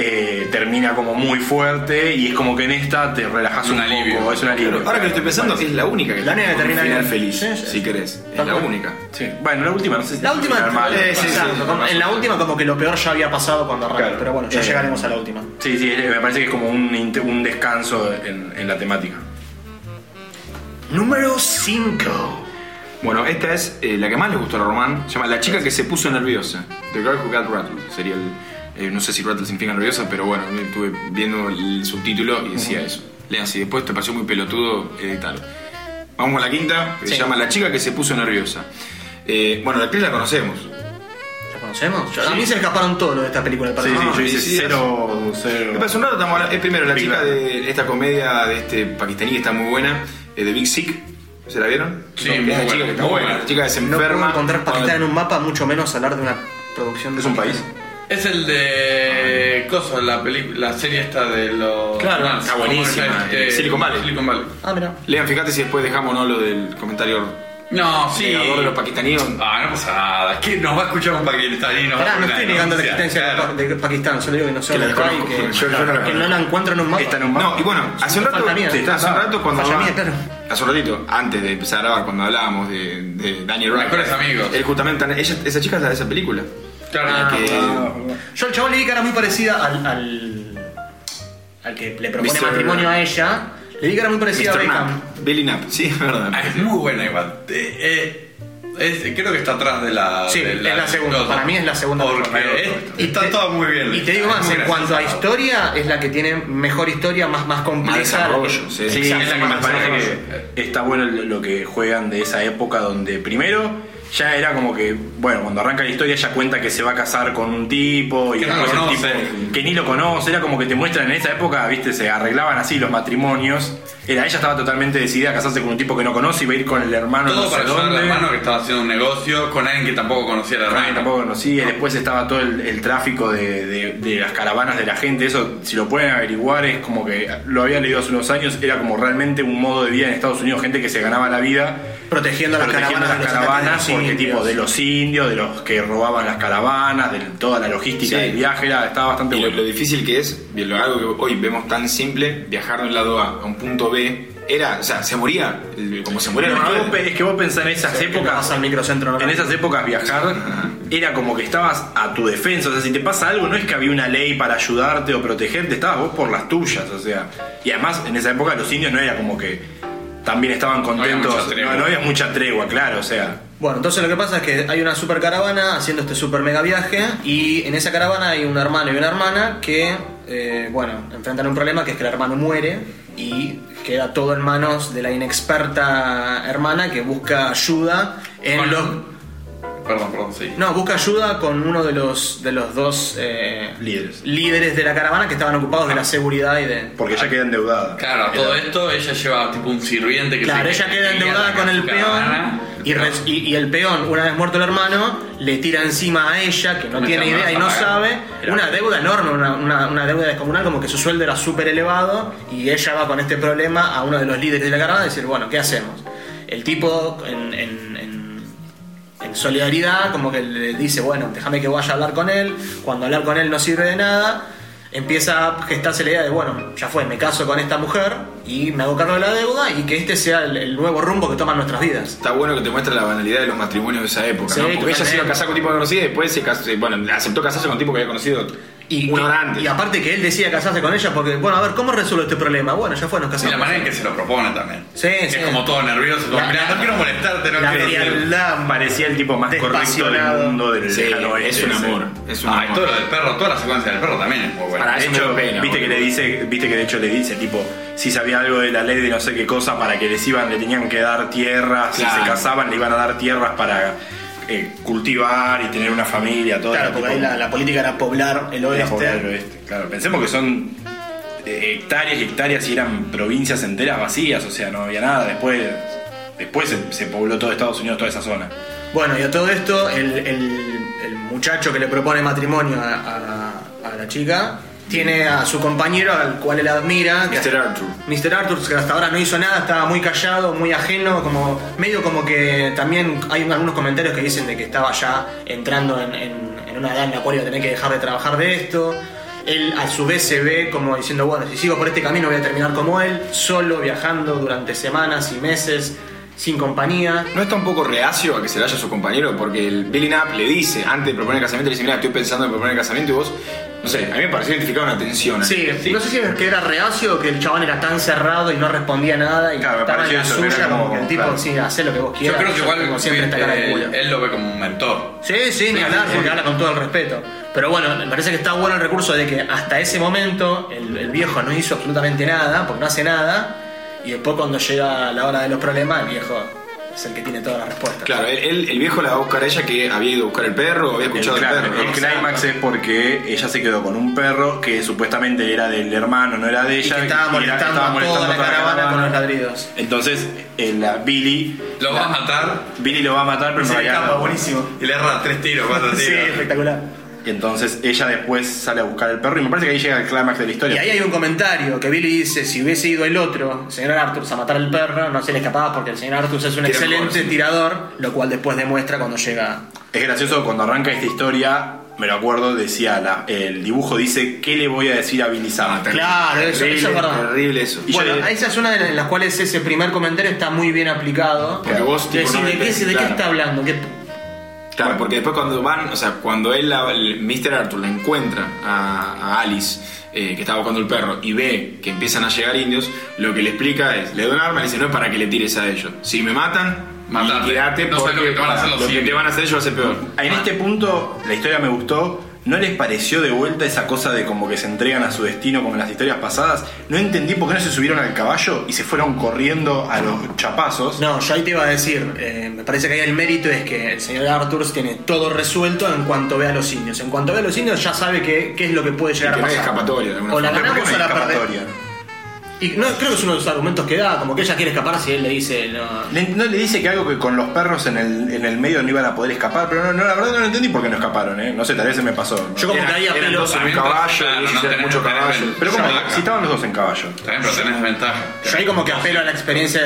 S3: eh, termina como muy fuerte y es como que en esta te relajas
S4: Un
S3: un,
S4: alivio.
S3: poco. Es un alivio.
S1: Ahora que lo estoy pensando, es la única que
S6: La única que
S1: con un
S6: termina
S1: final
S6: bien.
S1: feliz,
S6: Sí, sí.
S1: si querés. Es
S6: Tal
S1: la
S6: cual.
S1: única.
S3: Sí. Bueno, la última no sé si
S6: La última,
S3: termina mal.
S6: eh, sí,
S1: sí,
S6: exacto,
S1: sí,
S6: como-
S1: sí.
S6: en la última como que lo peor ya había pasado cuando arranca,
S3: Claro.
S6: pero bueno, ya
S3: Eh,
S6: llegaremos a la última.
S3: Sí, sí, eh, me parece que es como un, int- un descanso en, en la temática.
S6: Número 5.
S1: Bueno, esta es eh, la que más le gustó a Román. Se llama La chica que se puso nerviosa. The Girl Who Got Rattled. Sería el. eh, no sé si rattle significa nerviosa, pero bueno, estuve viendo el subtítulo y decía eso. Lean, si después te pareció muy pelotudo, editalo. Vamos a la quinta, que se llama La chica que se puso nerviosa. Eh, bueno, la actriz la conocemos.
S6: ¿La conocemos? Yo- A mí se me escaparon todos los de esta película.
S3: Sí,
S6: sí,
S3: Ah, sí, yo hice
S1: sí, sí,
S3: cero, cero.
S1: Me parece un rato, estamos hablando- es primero la
S3: Big
S1: chica
S3: Bang.
S1: de esta comedia de este pakistaní que está muy buena, eh, de Big Sick. ¿Se la vieron?
S4: Sí,
S1: No, que
S4: muy
S1: es la
S4: buena,
S1: chica que está
S4: muy
S1: buena.
S4: buena.
S1: La chica que se
S6: No
S1: enferma.
S6: puedo encontrar Pakistán en
S1: cuando-
S6: un mapa, mucho menos hablar de una producción. de
S1: Es un país.
S4: Es el de
S6: Ah.
S4: Coso, la, peli- la serie esta de los.
S1: Claro,
S4: Ah,
S1: está buenísima,
S4: eh,
S1: eh, Silicon Valley.
S4: Silicon Valley.
S6: Ah, mira.
S1: Lean, fíjate si después dejamos no lo del comentario
S4: No, sí.
S1: negador de los pakistaníes.
S4: Ah, no pasa nada. ¿Quién nos va a escuchar un paquistaní? Nos va a
S6: Pará, no
S4: poner
S6: estoy
S4: una
S6: negando la
S4: denuncia.
S6: existencia de Pa- de Pakistán, solo digo que no sé
S1: Que la
S6: dónde está y
S1: desconozco.
S6: que,
S1: Yo- yo no la
S6: que no la encuentro en un mapa.
S3: Está en un mapa.
S1: No, y bueno, hace un rato,
S6: Falta mía.
S1: sí, hace un rato cuando
S6: Falla
S1: hablaba-
S6: mía, claro.
S1: hace un ratito, antes de empezar a grabar, cuando hablábamos de, de Daniel Wright.
S4: Mejores amigos.
S1: Él justamente, ella- esa chica es la de esa película.
S4: Claro,
S6: Ah,
S1: La que-
S6: Yo al chabón le vi que era muy parecida al, al, al que le propone
S1: Mr.
S6: matrimonio a ella. Le vi que era muy parecida a
S1: Mr.
S6: Beckham.
S1: Knapp, Billy Knapp, sí, es verdad.
S4: Ah, es muy buena igual. Eh, eh, es- creo que está atrás de la.
S6: Sí,
S4: de
S6: es la segunda. Para mí es la segunda mejor.
S4: Porque es- está
S6: te-
S4: todo muy bien.
S6: Y te digo
S4: Es
S6: más,
S4: muy
S6: en cuanto a
S4: graciosa.
S6: historia, es la que tiene mejor historia, más, más
S1: Más
S6: compleja.
S1: desarrollo, sí.
S3: Sí,
S6: Exacto,
S3: es la que
S6: más
S3: me
S6: desarrollo.
S3: parece que está bueno lo que juegan de esa época donde primero ya era como que, bueno, cuando arranca la historia ya cuenta que se va a casar con un tipo y
S4: Que no
S3: después
S4: lo
S3: el
S4: conoce.
S3: tipo que ni lo conoce, era como que te muestran en esa época, viste, se arreglaban así los matrimonios. Era, ella estaba totalmente decidida a casarse con un tipo que no conoce y va a ir con el hermano
S4: Todo
S3: no sé
S4: para ayudar
S3: dónde.
S4: al hermano que estaba haciendo un negocio con alguien que tampoco conocía al
S3: Ryan
S4: hermano.
S3: tampoco conocía, después estaba todo el, el tráfico de, de- de las caravanas de la gente, eso si lo pueden averiguar es como que lo había leído hace unos años, era como realmente un modo de vida en Estados Unidos, gente que se ganaba la vida
S6: Protegiendo las
S3: protegiendo
S6: caravanas.
S3: las
S6: de los
S3: caravanas,
S6: ataques de los
S3: porque
S6: indios.
S3: tipo de los indios, de los que robaban las caravanas, de toda la logística
S1: Sí.
S3: del viaje, era, estaba bastante
S1: Y lo,
S3: bueno.
S1: lo difícil que es, y lo algo que hoy vemos tan simple, viajar de un lado A a un punto B, era, o sea, se moría, el- como se moría
S3: Pero
S1: el
S3: es, que vos,
S1: Ronaldo.
S3: pe- es que vos pensás en esas
S6: Que
S3: épocas,
S6: pasa al microcentro
S3: En
S6: normal.
S3: esas épocas viajar era como que estabas a tu defensa, o sea, si te pasa algo no es que había una ley para ayudarte o protegerte, estabas vos por las tuyas, o sea. Y además en esa época los indios no era como que también estaban
S4: había
S3: contentos,
S4: mucha tregua.
S3: no, no había mucha tregua, claro, o sea.
S6: Bueno, entonces lo que pasa es que hay una super caravana haciendo este super mega viaje y en esa caravana hay un hermano y una hermana que, eh, bueno, enfrentan un problema que es que el hermano muere y queda todo en manos de la inexperta hermana que busca ayuda en
S4: Con-
S6: los...
S4: Perdón, perdón, sí.
S6: No, busca ayuda con uno de los, de los dos eh,
S3: Líderes.
S6: líderes de la caravana que estaban ocupados de la seguridad y de...
S3: Porque ya queda endeudada.
S4: Claro, a todo esto ella lleva tipo un sirviente que
S6: Claro,
S4: se
S6: ella queda endeudada con el
S4: su
S6: peón
S4: caravana.
S6: y, res- y- y el peón, una vez muerto el hermano, le tira encima a ella, que no
S4: Me
S6: tiene
S4: llamas
S6: idea y
S4: a
S6: no
S4: pagar.
S6: sabe,
S3: Era-
S6: una deuda enorme, una, una- una deuda descomunal, como que su sueldo era súper elevado y ella va con este problema a uno de los líderes de la caravana a decir, bueno, ¿qué hacemos? El tipo en, en- en- en solidaridad como que le dice, bueno, déjame que vaya a hablar con él, cuando hablar con él no sirve de nada. Empieza a gestarse la idea de, bueno, ya fue, me caso con esta mujer y me hago cargo de la deuda y que este sea el- el nuevo rumbo que toman nuestras vidas.
S1: Está bueno que te muestra la banalidad de los matrimonios de esa época,
S6: Sí,
S1: ¿no? Porque ella
S6: totalmente.
S1: se iba a casar con un tipo que conocía y después se casó, eh, bueno, aceptó casarse con un tipo que había conocido
S6: Y,
S1: una hora
S6: y-
S1: antes.
S6: y aparte que él decía casarse con ella porque, bueno, a ver, ¿cómo resuelvo este problema? Bueno, ya fue, nos
S4: Y
S6: casamos.
S4: la manera en que se lo propone también.
S6: Sí,
S4: Que
S6: sí.
S4: Es como todo nervioso, como,
S6: La-
S4: "Mirá, no quiero molestarte, no
S6: la
S4: quiero.
S6: frialdad.
S3: Parecía el tipo más correcto del
S6: Despasionado.
S3: mundo del
S1: Sí,
S3: lejano
S1: es
S3: oeste,
S1: un
S3: sí.
S1: amor, es un
S4: Ah, y todo
S1: amor.
S4: lo del perro, toda la secuencia del perro también es muy buena.
S1: Para
S3: De
S1: Ah, eso me
S3: hecho,
S1: da pena,
S3: viste que
S1: boludo.
S3: le dice, viste que de hecho le dice, tipo, si sabía algo de la ley de no sé qué cosa, para que les iban, le tenían que dar tierras, si
S1: Claro.
S3: se casaban, le iban a dar tierras para eh, cultivar y tener una familia, todo
S6: Claro,
S3: era
S6: porque
S3: tipo-
S6: ahí la, la política era poblar el
S3: era
S6: oeste.
S3: poblar el oeste. Claro, pensemos que son eh, hectáreas y hectáreas y eran provincias enteras vacías, o sea, no había nada. Después, después se, se pobló todo Estados Unidos, toda esa zona.
S6: Bueno, y a todo esto, el, el- el muchacho que le propone matrimonio a, a- a la chica tiene a su compañero al cual él admira. que-
S1: Mr. Arthur.
S6: Mr. Arthur, que hasta ahora no hizo nada, estaba muy callado, muy ajeno, como medio como que también hay algunos comentarios que dicen de que estaba ya entrando en, en- en una edad en la cual iba a tener que dejar de trabajar de esto. Él a su vez se ve como diciendo, bueno, si sigo por este camino voy a terminar como él, solo viajando durante semanas y meses, sin compañía.
S1: ¿No está un poco reacio a que se le haya a su compañero? Porque el Billy Knapp le dice, antes de proponer el casamiento, le dice, mira, estoy pensando en proponer el casamiento y vos, no sé, a mí me pareció identificar una tensión. ahí.
S6: Sí, no sé si es que era reacio o que el chabón era tan cerrado y no respondía nada y
S3: Claro, me
S6: estaba en
S3: pareció
S6: la
S3: eso, que era
S6: suya como,
S3: como,
S6: que el tipo,
S3: claro.
S6: sí, hacé lo que vos
S4: Yo
S6: quieras.
S4: creo que igual
S6: tengo siempre esta cara
S3: eh,
S6: de culo.
S4: él, él lo ve como un mentor.
S6: Sí, sí, ni hablar, porque habla con todo el respeto. Pero bueno, me parece que está bueno el recurso de que hasta ese momento el, el viejo no hizo absolutamente nada, porque no hace nada, y después cuando llega la hora de los problemas, el viejo es el que tiene todas las respuestas.
S1: Claro, él- él- el viejo la va a buscar a ella que había ido a buscar el perro, había
S3: El,
S1: escuchado el,
S3: claro,
S1: perro.
S3: el clímax es porque ella se quedó con un perro que supuestamente era del hermano, no era de
S6: Y
S3: ella.
S6: que estaba
S3: y era-
S6: molestando,
S3: estaba molestando
S6: a toda la caravana, con los ladridos.
S3: Entonces, el, la Billy,
S4: Lo va a matar
S3: Billy lo va a matar, pero
S6: Se
S3: en
S6: le
S3: realidad
S6: escapa,
S3: no.
S6: buenísimo.
S4: y le erra tres tiros, cuatro
S6: Sí,
S4: tiros.
S6: espectacular.
S3: Entonces ella después sale a buscar el perro y me parece que ahí llega el clímax de la
S6: Y
S3: historia.
S6: ahí hay un comentario que Billy dice, si hubiese ido el otro, señor Arthur, a matar al perro, no se le escapaba porque el señor Arthur es un
S1: Tira
S6: excelente
S1: mejor, sí.
S6: tirador, lo cual después demuestra cuando llega
S3: Es gracioso cuando arranca esta historia, me lo acuerdo, decía la- el dibujo dice qué le voy a decir a Billy Sam.
S6: Claro, eso,
S1: Terrible,
S6: eso es verdad.
S1: terrible eso.
S3: Y
S6: bueno,
S3: yo-
S6: esa es una de las- las cuales ese primer comentario está muy bien aplicado.
S1: Porque vos,
S6: Decís,
S1: tipo, no
S6: ¿de, qué,
S1: entendés,
S6: de qué
S1: claro.
S6: está hablando? ¿Qué-
S1: Claro, porque después cuando van, o sea, cuando él, la- el Mr. Arthur la encuentra a, a Alice, eh, que estaba buscando el perro, y ve que empiezan a llegar indios, lo que le explica es, le da un arma y le dice, no es para que le tires a ellos. Si me matan,
S4: Matate.
S1: liquidate,
S4: No sabes
S1: porque
S4: lo que te van a hacer los
S1: lo que te
S4: indios.
S1: van a hacer ellos va a ser peor.
S3: En este punto la historia me gustó. ¿No les pareció de vuelta esa cosa de como que se entregan a su destino como en las historias pasadas? No entendí por qué no se subieron al caballo y se fueron corriendo a los chapazos.
S6: No, yo ahí te iba a decir, eh, me parece que ahí el mérito es que el señor Arthurs tiene todo resuelto en cuanto ve a los indios. En cuanto ve a los indios ya sabe qué qué es lo que puede
S1: Ah,
S6: llegar
S1: que
S6: a
S1: no hay
S6: pasar.
S1: escapatoria, de alguna
S6: o la
S1: forma.
S3: ¿Por qué
S6: ganamos
S3: no hay
S6: o la
S3: escapatoria?
S6: perdemos. Y no, creo que es uno de los argumentos que da, como que ella quiere escapar si él le dice... No.
S3: Le- No le dice que algo que con los perros en el, en el medio no iban a poder escapar, pero no, no, la verdad no lo entendí por qué no escaparon, ¿eh? No sé, tal vez se me pasó. ¿no?
S6: Yo como
S1: Eran-
S6: que ahí
S1: eran
S6: apelo...
S1: dos en un
S4: También
S1: caballo,
S4: claro,
S1: y ellos
S4: no
S1: eran
S4: tenés-
S1: muchos
S4: no tenés-
S1: caballos.
S3: pero como
S4: Yo-
S3: si estaban los dos en caballo.
S4: También, pero tenés ventaja.
S6: Yo ahí como que apelo a la experiencia,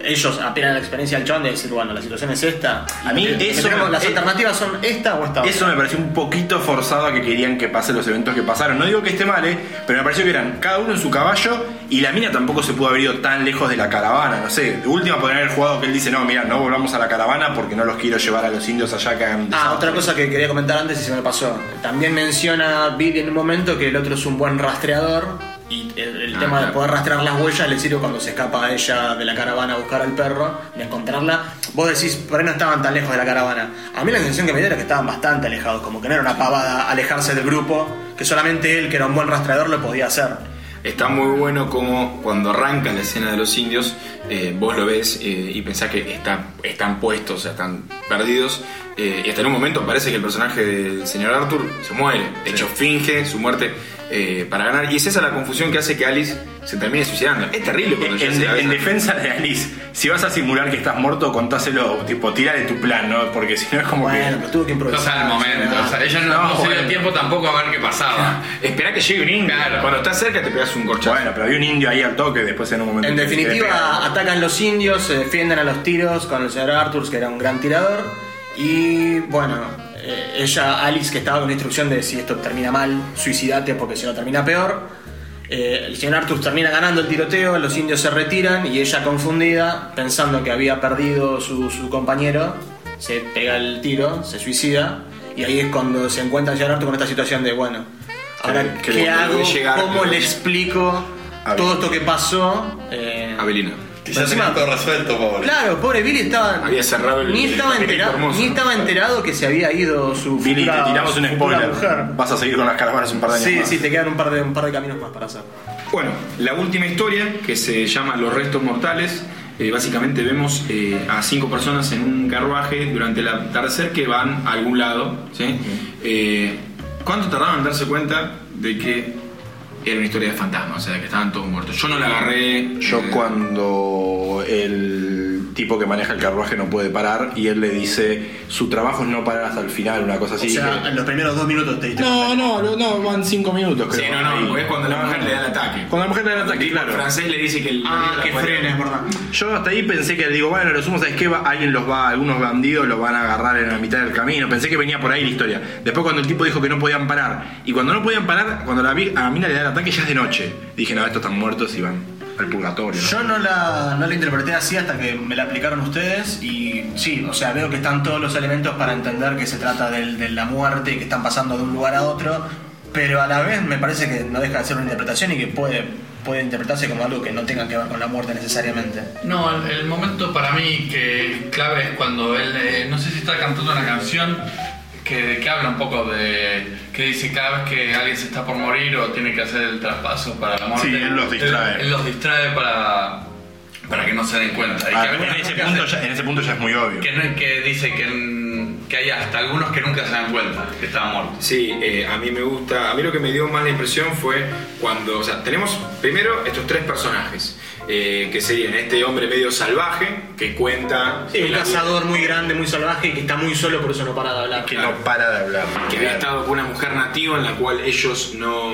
S6: ellos apelan a la experiencia del chabón de decir, bueno, la situación es esta.
S3: A mí
S6: Lo que
S3: eso-
S6: tenemos- las
S3: eh,
S6: alternativas son esta o esta. otra.
S3: Eso me pareció un poquito forzado a que querían que pasen los eventos que pasaron. No digo que esté mal, ¿eh? pero me pareció que eran cada uno en su caballo y la mina tampoco se pudo haber ido tan lejos de la caravana. No sé, de última podrían haber jugado que él dice: No, mira, no volvamos a la caravana porque no los quiero llevar a los indios allá que hagan.
S6: Ah,
S3: desastre".
S6: otra cosa que quería comentar antes y se me pasó. También menciona Billy en un momento que el otro es un buen rastreador y el, el
S1: Ah,
S6: tema de
S1: claro.
S6: poder rastrear las huellas le sirve cuando se escapa a ella de la caravana a buscar al perro, de encontrarla. Vos decís, por ahí no estaban tan lejos de la caravana. A mí la sensación que me dio era que estaban bastante alejados, como que no era una pavada alejarse del grupo, que solamente él, que era un buen rastreador, lo podía hacer.
S1: Está muy bueno como cuando arranca la escena de los indios, eh, vos lo ves eh, y pensás que están, están puestos, o sea, están perdidos. eh, y hasta en un momento parece que el personaje del señor Arthur se muere. De hecho, finge su muerte eh, para ganar. Y es esa la confusión que hace que Alice se termine suicidando. Es terrible cuando ya
S3: En,
S1: se la
S3: en
S1: besa.
S3: defensa de Alice, si vas a simular que estás muerto, contáselo, tipo, tirale tu plan, ¿no? Porque si no es como
S6: Bueno, pero tuvo que
S4: O
S6: improvisar.
S4: sea, el momento. O sea, ella no,
S3: No,
S4: no se dio
S3: bueno.
S4: tiempo tampoco a ver qué pasaba.
S1: Esperá que llegue un indio.
S4: Claro.
S1: Cuando estás cerca te pegas un
S3: que.
S1: corchazo.
S3: Bueno, pero había un indio ahí al toque después en un momento.
S6: En
S3: que- que
S6: definitiva,
S3: pega.
S6: atacan los indios, se defienden a los tiros con el señor Arthurs, que era un gran tirador. Y bueno, eh, ella, Alice, que estaba con instrucción de si esto termina mal, suicidate porque si no termina peor. Eh, el señor Arthur termina ganando el tiroteo, los indios se retiran y ella, confundida, pensando que había perdido su, su compañero, se pega el tiro, se suicida. Y ahí es cuando se encuentra el señor Arthur con esta situación de, bueno, ahora,
S1: Que- que
S6: ¿qué,
S1: le- le
S6: hago?
S1: debe llegar,
S6: ¿Cómo
S1: ¿no?
S6: le explico
S3: A ver.
S6: todo esto que pasó? Eh,
S1: Abelino.
S6: pero encima-
S4: resuelto, pobre.
S6: Claro, pobre Billy estaba.
S1: Había cerrado el-
S6: Ni
S1: el
S6: estaba,
S1: papelito
S6: enterado,
S1: hermoso.
S6: ni estaba enterado que se había ido su.
S3: Billy, te
S6: futura-
S3: tiramos un
S6: su futura
S3: spoiler.
S6: mujer.
S3: Vas a seguir con las caravanas un par de años.
S6: Sí,
S3: más.
S6: sí, te quedan un par, de, un par de caminos más para hacer.
S1: Bueno, la última historia, que se llama Los Restos Mortales, eh, básicamente vemos eh, a cinco personas en un carruaje durante el atardecer que van a algún lado. ¿sí? Eh, ¿Cuánto tardaron en darse cuenta de que era una historia de fantasmas? O sea, que estaban todos muertos. Yo no la agarré.
S3: Yo
S1: eh,
S3: cuando el tipo que maneja el carruaje no puede parar y él le dice su trabajo es no parar hasta el final, una cosa así.
S6: O sea, en los primeros dos minutos te diste cuenta.
S10: No, no, no, no, van 5 minutos
S1: Sí,
S10: creo.
S1: no, no, porque es cuando la mujer le da el ataque.
S3: Cuando la mujer le da el ataque,
S1: El
S3: claro.
S1: francés le dice que el.
S6: Ah, que
S1: cuando-
S6: frenes, ¿verdad?
S3: Yo hasta ahí pensé que digo, bueno, lo sumo, ¿sabes qué? Va- Alguien los va, algunos bandidos los van a agarrar en la mitad del camino. Pensé que venía por ahí la historia. Después cuando el tipo dijo que no podían parar. Y cuando no podían parar, cuando la vi, a la mina le da el ataque ya es de noche. Dije, no, estos están muertos y van al purgatorio. ¿no?
S6: Yo no la, no la interpreté así hasta que me la aplicaron ustedes y sí, o sea, veo que están todos los elementos para entender que se trata del- de la muerte y que están pasando de un lugar a otro, pero a la vez me parece que no deja de ser una interpretación y que puede, puede interpretarse como algo que no tenga que ver con la muerte necesariamente.
S11: No, el, el momento para mí que clave es cuando él, eh, no sé si está cantando una canción que, que habla un poco de, que dice cada vez que alguien se está por morir o tiene que hacer el traspaso para la muerte.
S3: Sí, él los distrae.
S11: Él, él los distrae para, para que no se den cuenta. Y que
S3: Ah,
S11: algunos
S3: en, ese
S11: nunca
S3: punto
S11: se-
S3: ya, en ese punto ya es muy obvio.
S11: que, no- que dice que, n- que hay hasta algunos que nunca se dan cuenta que estaban muertos.
S1: Sí, eh, a mí me gusta, a mí lo que me dio más la impresión fue cuando, o sea, tenemos primero estos tres personajes, eh, que serían este hombre medio salvaje que cuenta...
S6: Sí, un
S1: la-
S6: cazador muy grande, muy salvaje y que está muy solo, por eso no para de hablar.
S3: Que no para de hablar.
S1: que había estado con una mujer nativa en la cual ellos no,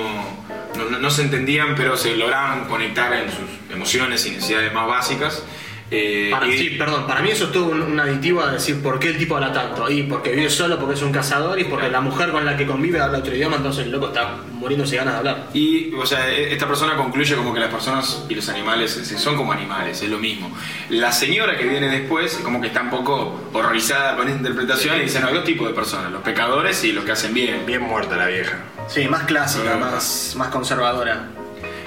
S1: no, no- no se entendían, pero se lograban conectar en sus emociones y necesidades más básicas. Eh,
S6: Para,
S1: y-
S6: sí, perdón, para mí eso es todo un, un aditivo a decir por qué el tipo habla tanto. Y porque vive solo, porque es un cazador y porque la mujer con la que convive habla otro idioma, entonces el loco está muriéndose de ganas de hablar.
S1: Y, o sea, e- esta persona concluye como que las personas y los animales se- son como animales, es lo mismo. La señora que viene después, como que está un poco horrorizada con esta interpretación y dice, no, hay dos tipos de personas, los pecadores y los que hacen bien.
S3: Bien muerta la vieja.
S6: Sí, más clásica,
S1: Ah.
S6: más, más conservadora.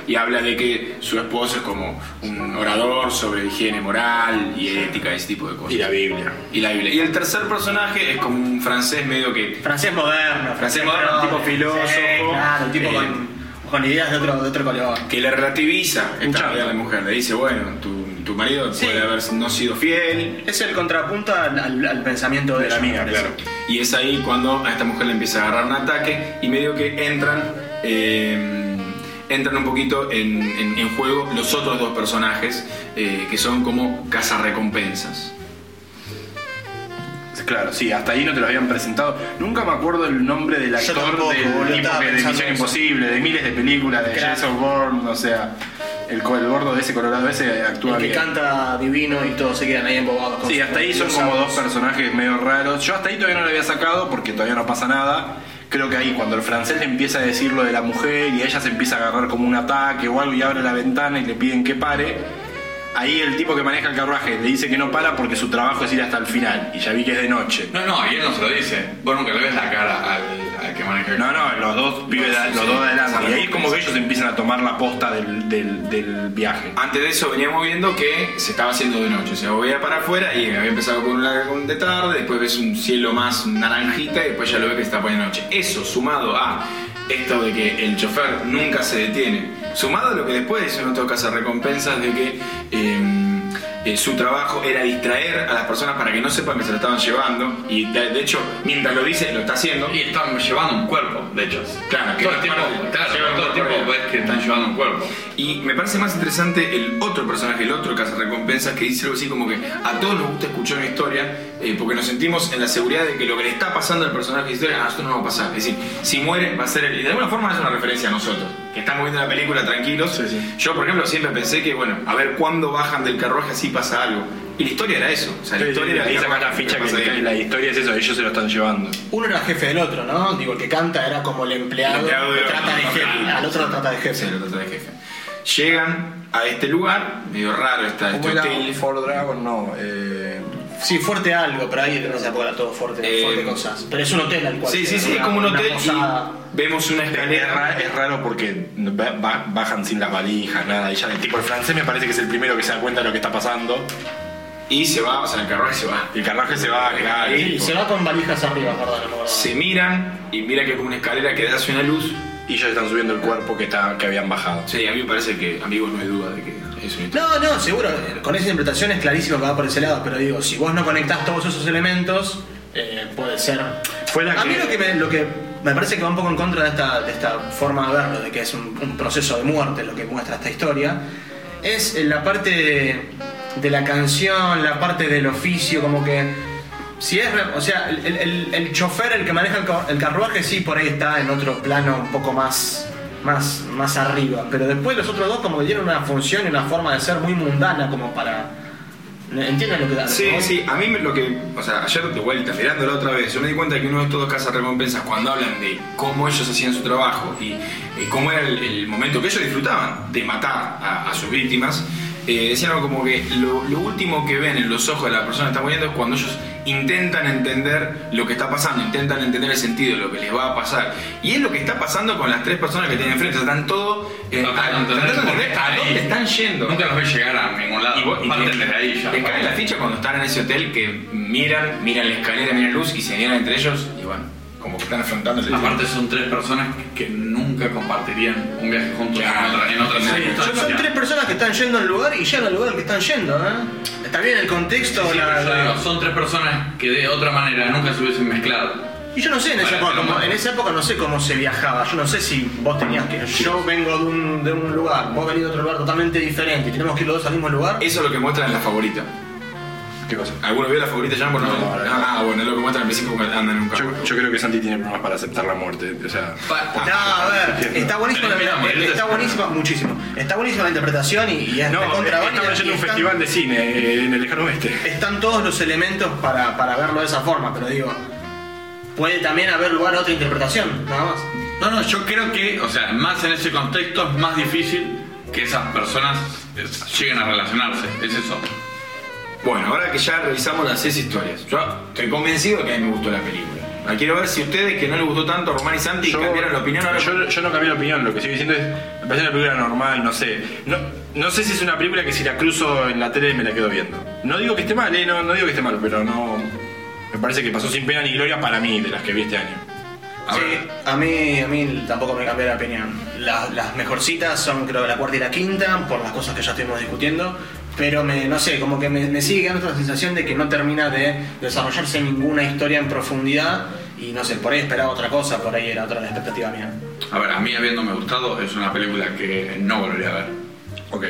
S1: Y habla de que su esposo es como un orador sobre higiene moral y ética, ese tipo de cosas.
S3: Y la Biblia.
S1: Y la Biblia. Y el tercer personaje es como un francés medio que...
S6: Francés moderno.
S1: Francés moderno,
S6: progre,
S1: tipo filósofo.
S6: sí, claro, un tipo
S1: Eh.
S6: con, con ideas de otro, de otro color.
S1: Que le relativiza
S3: Mucho.
S1: esta vida de la mujer. Le dice, bueno, tu, tu marido
S6: Sí.
S1: puede haber no sido fiel,
S6: Es el contrapunto al, al- al pensamiento de,
S3: De la
S6: ella, me
S3: mina,
S6: parece.
S3: claro.
S1: Y es ahí cuando a esta mujer le empieza a agarrar un ataque y medio que entran, eh, entran un poquito en, en- en juego los otros dos personajes eh, que son como cazarrecompensas.
S3: Claro, sí, hasta ahí no te lo habían presentado. Nunca me acuerdo el nombre del actor
S6: tampoco,
S3: del
S6: boludo,
S3: tipo
S6: estaba
S3: que de
S6: pensando
S3: Misión
S6: eso.
S3: Imposible, de miles de películas, de
S6: Claro.
S3: Jason Bourne, o sea, el, co- el gordo de ese colorado ese actúa
S6: El que
S3: bien.
S6: canta divino y todos se quedan ahí embobados. con
S3: Sí,
S6: sus
S3: hasta ahí son
S6: los
S3: como
S6: sapos.
S3: dos personajes medio raros. Yo hasta ahí todavía no lo había sacado porque todavía no pasa nada. Creo que ahí cuando el francés le empieza a decir lo de la mujer y ella se empieza a agarrar como un ataque o algo y abre la ventana y le piden que pare, ahí el tipo que maneja el carruaje le dice que no para porque su trabajo es ir hasta el final. Y ya vi que es de noche.
S4: No, no, y él no se lo dice. Vos nunca le ves la cara al, al que maneja el
S3: No, no, los dos pibes, da- los dos adelantan. Y ahí es como que ellos empiezan a tomar la posta del, del- del viaje.
S1: Antes de eso veníamos viendo que se estaba haciendo de noche, o sea, vos veías para afuera y había empezado con un largo de tarde, después ves un cielo más naranjita y después ya lo ves que se está poniendo noche. Eso sumado a esto de que el chofer nunca se detiene, sumado a lo que después dicen otros cazarrecompensas de que eh, eh, su trabajo era distraer a las personas para que no sepan que se lo estaban llevando y de, de hecho, mientras lo dice, lo está haciendo.
S4: Y están llevando un cuerpo, de hecho.
S1: Claro, que
S4: todo el
S1: no
S4: tiempo,
S1: paran.
S4: claro,
S1: Llevan
S4: todo el
S1: un
S4: tiempo
S1: cuerpo.
S4: ves que están llevando un cuerpo.
S1: Y me parece más interesante el otro personaje, el otro cazarrecompensas, que dice algo así como que a todos nos gusta escuchar una historia eh, porque nos sentimos en la seguridad de que lo que le está pasando al personaje de historia a nosotros no va a pasar. Es decir, si muere va a ser él. Y de alguna forma es una referencia a nosotros, que estamos viendo la película tranquilos. Yo, por ejemplo, siempre pensé que, bueno, a ver cuándo bajan del carruaje así pasa algo. Y la historia era eso. O sea, la historia era
S3: Ahí
S1: el
S3: sacan la
S1: carruaje,
S3: ficha
S1: lo pasa
S3: que
S1: ahí.
S3: la historia es eso, ellos se lo están llevando.
S6: Uno era jefe del otro, ¿no? Digo, el que canta era como el empleado,
S1: El empleado de-
S6: que trata de jefe. Al otro lo trata de
S1: Sí,
S6: jefe.
S1: lo trata de jefe. Llegan a este lugar, medio raro está este
S3: ¿Cómo era
S1: hotel.
S3: Ford Dragon? No, eh,
S6: Sí, fuerte algo, pero ahí en esa época era todo fuerte,
S1: Eh,
S6: fuerte cosas. Pero es un hotel al cual.
S1: Sí, sí,
S6: se-
S1: sí,
S6: una-
S1: como un
S6: una
S1: hotel.
S6: posada.
S1: y vemos una
S3: Es, ra-
S1: escalera.
S3: es raro porque ba- ba- bajan sin las valijas, nada. Y ya el tipo, el francés me parece que es el primero que se da cuenta de lo que está pasando.
S1: Y se va, o sea, el carruaje se va.
S3: El carruaje se va, claro.
S6: Sí, se va con valijas arriba, perdón. no me acuerdo.
S1: Se miran y mira que es como una escalera que da hacia una luz.
S3: Y ellos están subiendo el cuerpo que, está, que habían bajado.
S1: Sí, a mí me parece que, amigos, no hay duda de que
S3: es un hito.
S6: No, no, seguro, eh, con esa interpretación es clarísimo que va por ese lado, pero digo, si vos no conectás todos esos elementos, eh, puede ser.
S2: Fue la
S6: a mí
S2: que-
S6: lo que, me, lo que me parece que va un poco en contra de esta, de esta forma de verlo, de que es un, un proceso de muerte lo que muestra esta historia, es en la parte de, de la canción, la parte del oficio, como que. Si es, re- o sea, el, el- el chofer, el que maneja el, ca- el carruaje, sí, por ahí está en otro plano un poco más, más, más arriba. Pero después los otros dos como que tienen una función y una forma de ser muy mundana como para... ¿Entienden lo que da?
S1: Sí, sí, a mí me- lo que. O sea, ayer de vuelta, mirándolo otra vez, yo me di cuenta que uno de estos dos casas recompensas, cuando hablan de cómo ellos hacían su trabajo y, y cómo era el, el momento que ellos disfrutaban de matar a, a sus víctimas, eh, decían algo como que lo, lo último que ven en los ojos de la persona que está muriendo es cuando ellos intentan entender lo que está pasando, intentan entender el sentido de lo que les va a pasar. Y es lo que está pasando con las tres personas que tienen enfrente, están todos. eh,
S4: Tratando de
S1: tratando
S4: entender
S1: de
S4: por qué
S1: entender
S4: están
S1: a
S4: ahí.
S1: dónde están yendo.
S4: Nunca los ves llegar a ningún lado.
S1: Y, Ah, vos- y
S4: Parten
S1: te-
S4: desde ahí ya.
S1: te cae la ficha cuando están en ese hotel que miran, miran la escalera, miran la luz y se miran entre ellos y bueno, como que están afrontando el
S4: Aparte son tres personas que nunca compartirían un viaje juntos en otra, en otra
S6: Son, son
S4: circunstancia.
S6: tres personas que están yendo al lugar y llegan al lugar al que están yendo, ¿eh? Está bien el contexto...
S4: Sí,
S6: la-
S4: pero yo
S6: la-
S4: digo, son tres personas que de otra manera nunca se hubiesen mezclado.
S6: Y yo no sé, en esa,
S4: Para
S6: época,
S4: el
S6: como-
S4: mundo.
S6: en esa época no sé cómo se viajaba, yo no sé si vos tenías que... Yo vengo de un, de un lugar, vos venís de otro lugar totalmente diferente y tenemos que ir los dos al mismo lugar.
S1: Eso es lo que muestran en la favorita.
S3: ¿Qué cosa?
S1: ¿Alguno vio la favorita ya? Bueno,
S3: No, no, no.
S1: ah, bueno, es lo que muestran al principio cuando andan en un carro.
S3: Yo, yo creo que Santi tiene problemas para aceptar la muerte. O sea,
S6: No, a ver, está buenísima la
S4: Pero mira,
S6: eh,
S4: morirte
S6: está
S4: es-
S6: buenísima, muchísimo. Está buenísima la interpretación y, y es
S3: no,
S6: recontra
S3: estamos
S6: válida
S3: yendo
S6: y
S3: a un
S6: están-
S3: festival de cine eh, en el lejano oeste.
S6: Están todos los elementos para, para verlo de esa forma, pero digo, puede también haber lugar a otra interpretación, nada más.
S4: No, no, yo creo que, o sea, más en ese contexto es más difícil que esas personas eh, lleguen a relacionarse. Es eso.
S1: Bueno, ahora que ya revisamos las seis historias, yo estoy convencido que a mí me gustó la película. Ahora quiero ver si ustedes que no les gustó tanto Román y Santi cambiaron la opinión ahora.
S3: Yo, yo no cambié la opinión, lo que sigo diciendo es, me parece una película normal, no sé. No, no sé si es una película que si la cruzo en la tele me la quedo viendo. No digo que esté mal, eh, no, no digo que esté mal, pero no. Me parece que pasó sin pena ni gloria para mí de las que vi este año.
S4: A
S6: sí,
S4: ver.
S6: a mí, a mí tampoco me cambió la opinión. La- las mejorcitas son creo que la cuarta y la quinta, por las cosas que ya estuvimos discutiendo, pero me, no sé, como que me, me sigue quedando la sensación de que no termina de desarrollarse ninguna historia en profundidad y no sé, por ahí esperaba otra cosa, por ahí era otra la expectativa mía.
S4: A ver, a mí habiéndome gustado, es una película que no volvería a ver.
S3: Ok,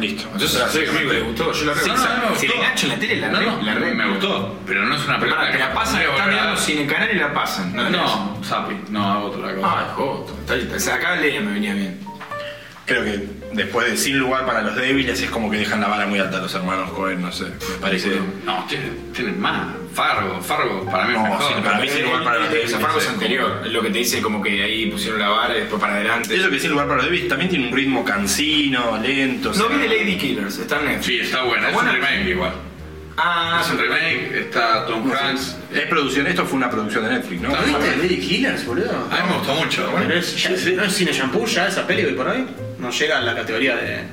S3: listo.
S1: Entonces la serie conmigo les gustó, yo la
S4: Sí,
S1: reviso.
S4: no, no, me
S1: si
S4: gustó.
S1: la engancho en la tele, la,
S4: No,
S1: re-
S4: no,
S1: la re-
S4: me gustó, pero no es una película
S1: Pará, te la pasan,
S4: podría
S1: están
S4: volver a
S1: mirando
S4: ver.
S1: sin el canal y la pasan.
S4: No, no, Sapi, no, otra cosa.
S1: Ah, joder, está ahí, está- acá Lea me venía bien.
S3: Creo que después de Sin Lugar para los Débiles es como que dejan la vara muy alta los hermanos Cohen, no sé. Me parece.
S4: No, tienen, tienen más. Fargo, Fargo, para mí es
S3: No,
S4: mejor.
S3: sí, para mí sí,
S1: El,
S3: igual para
S1: el,
S3: los
S1: el
S3: Débiles,
S1: Zafargo es
S3: es como-
S1: anterior, es lo que te dice como que ahí pusieron la vara y después para adelante.
S3: Eso que Sin Lugar para los Débiles también tiene un ritmo cansino, lento. o sea,
S1: No vi de Lady Killers, está en Netflix.
S4: Sí, está buena, es
S1: Buena.
S4: un remake igual.
S1: Ah,
S4: Es un remake, está Tom Hanks.
S3: Es producción, esto fue una producción de Netflix, ¿no?
S4: Está
S6: ¿No
S4: muy
S6: viste
S4: bien.
S6: Lady Killers, boludo?
S4: A mí me gustó mucho.
S6: Ah, Pero es, ya- ¿No es cine shampoo ya esa peli hoy por hoy? No llega a la categoría de...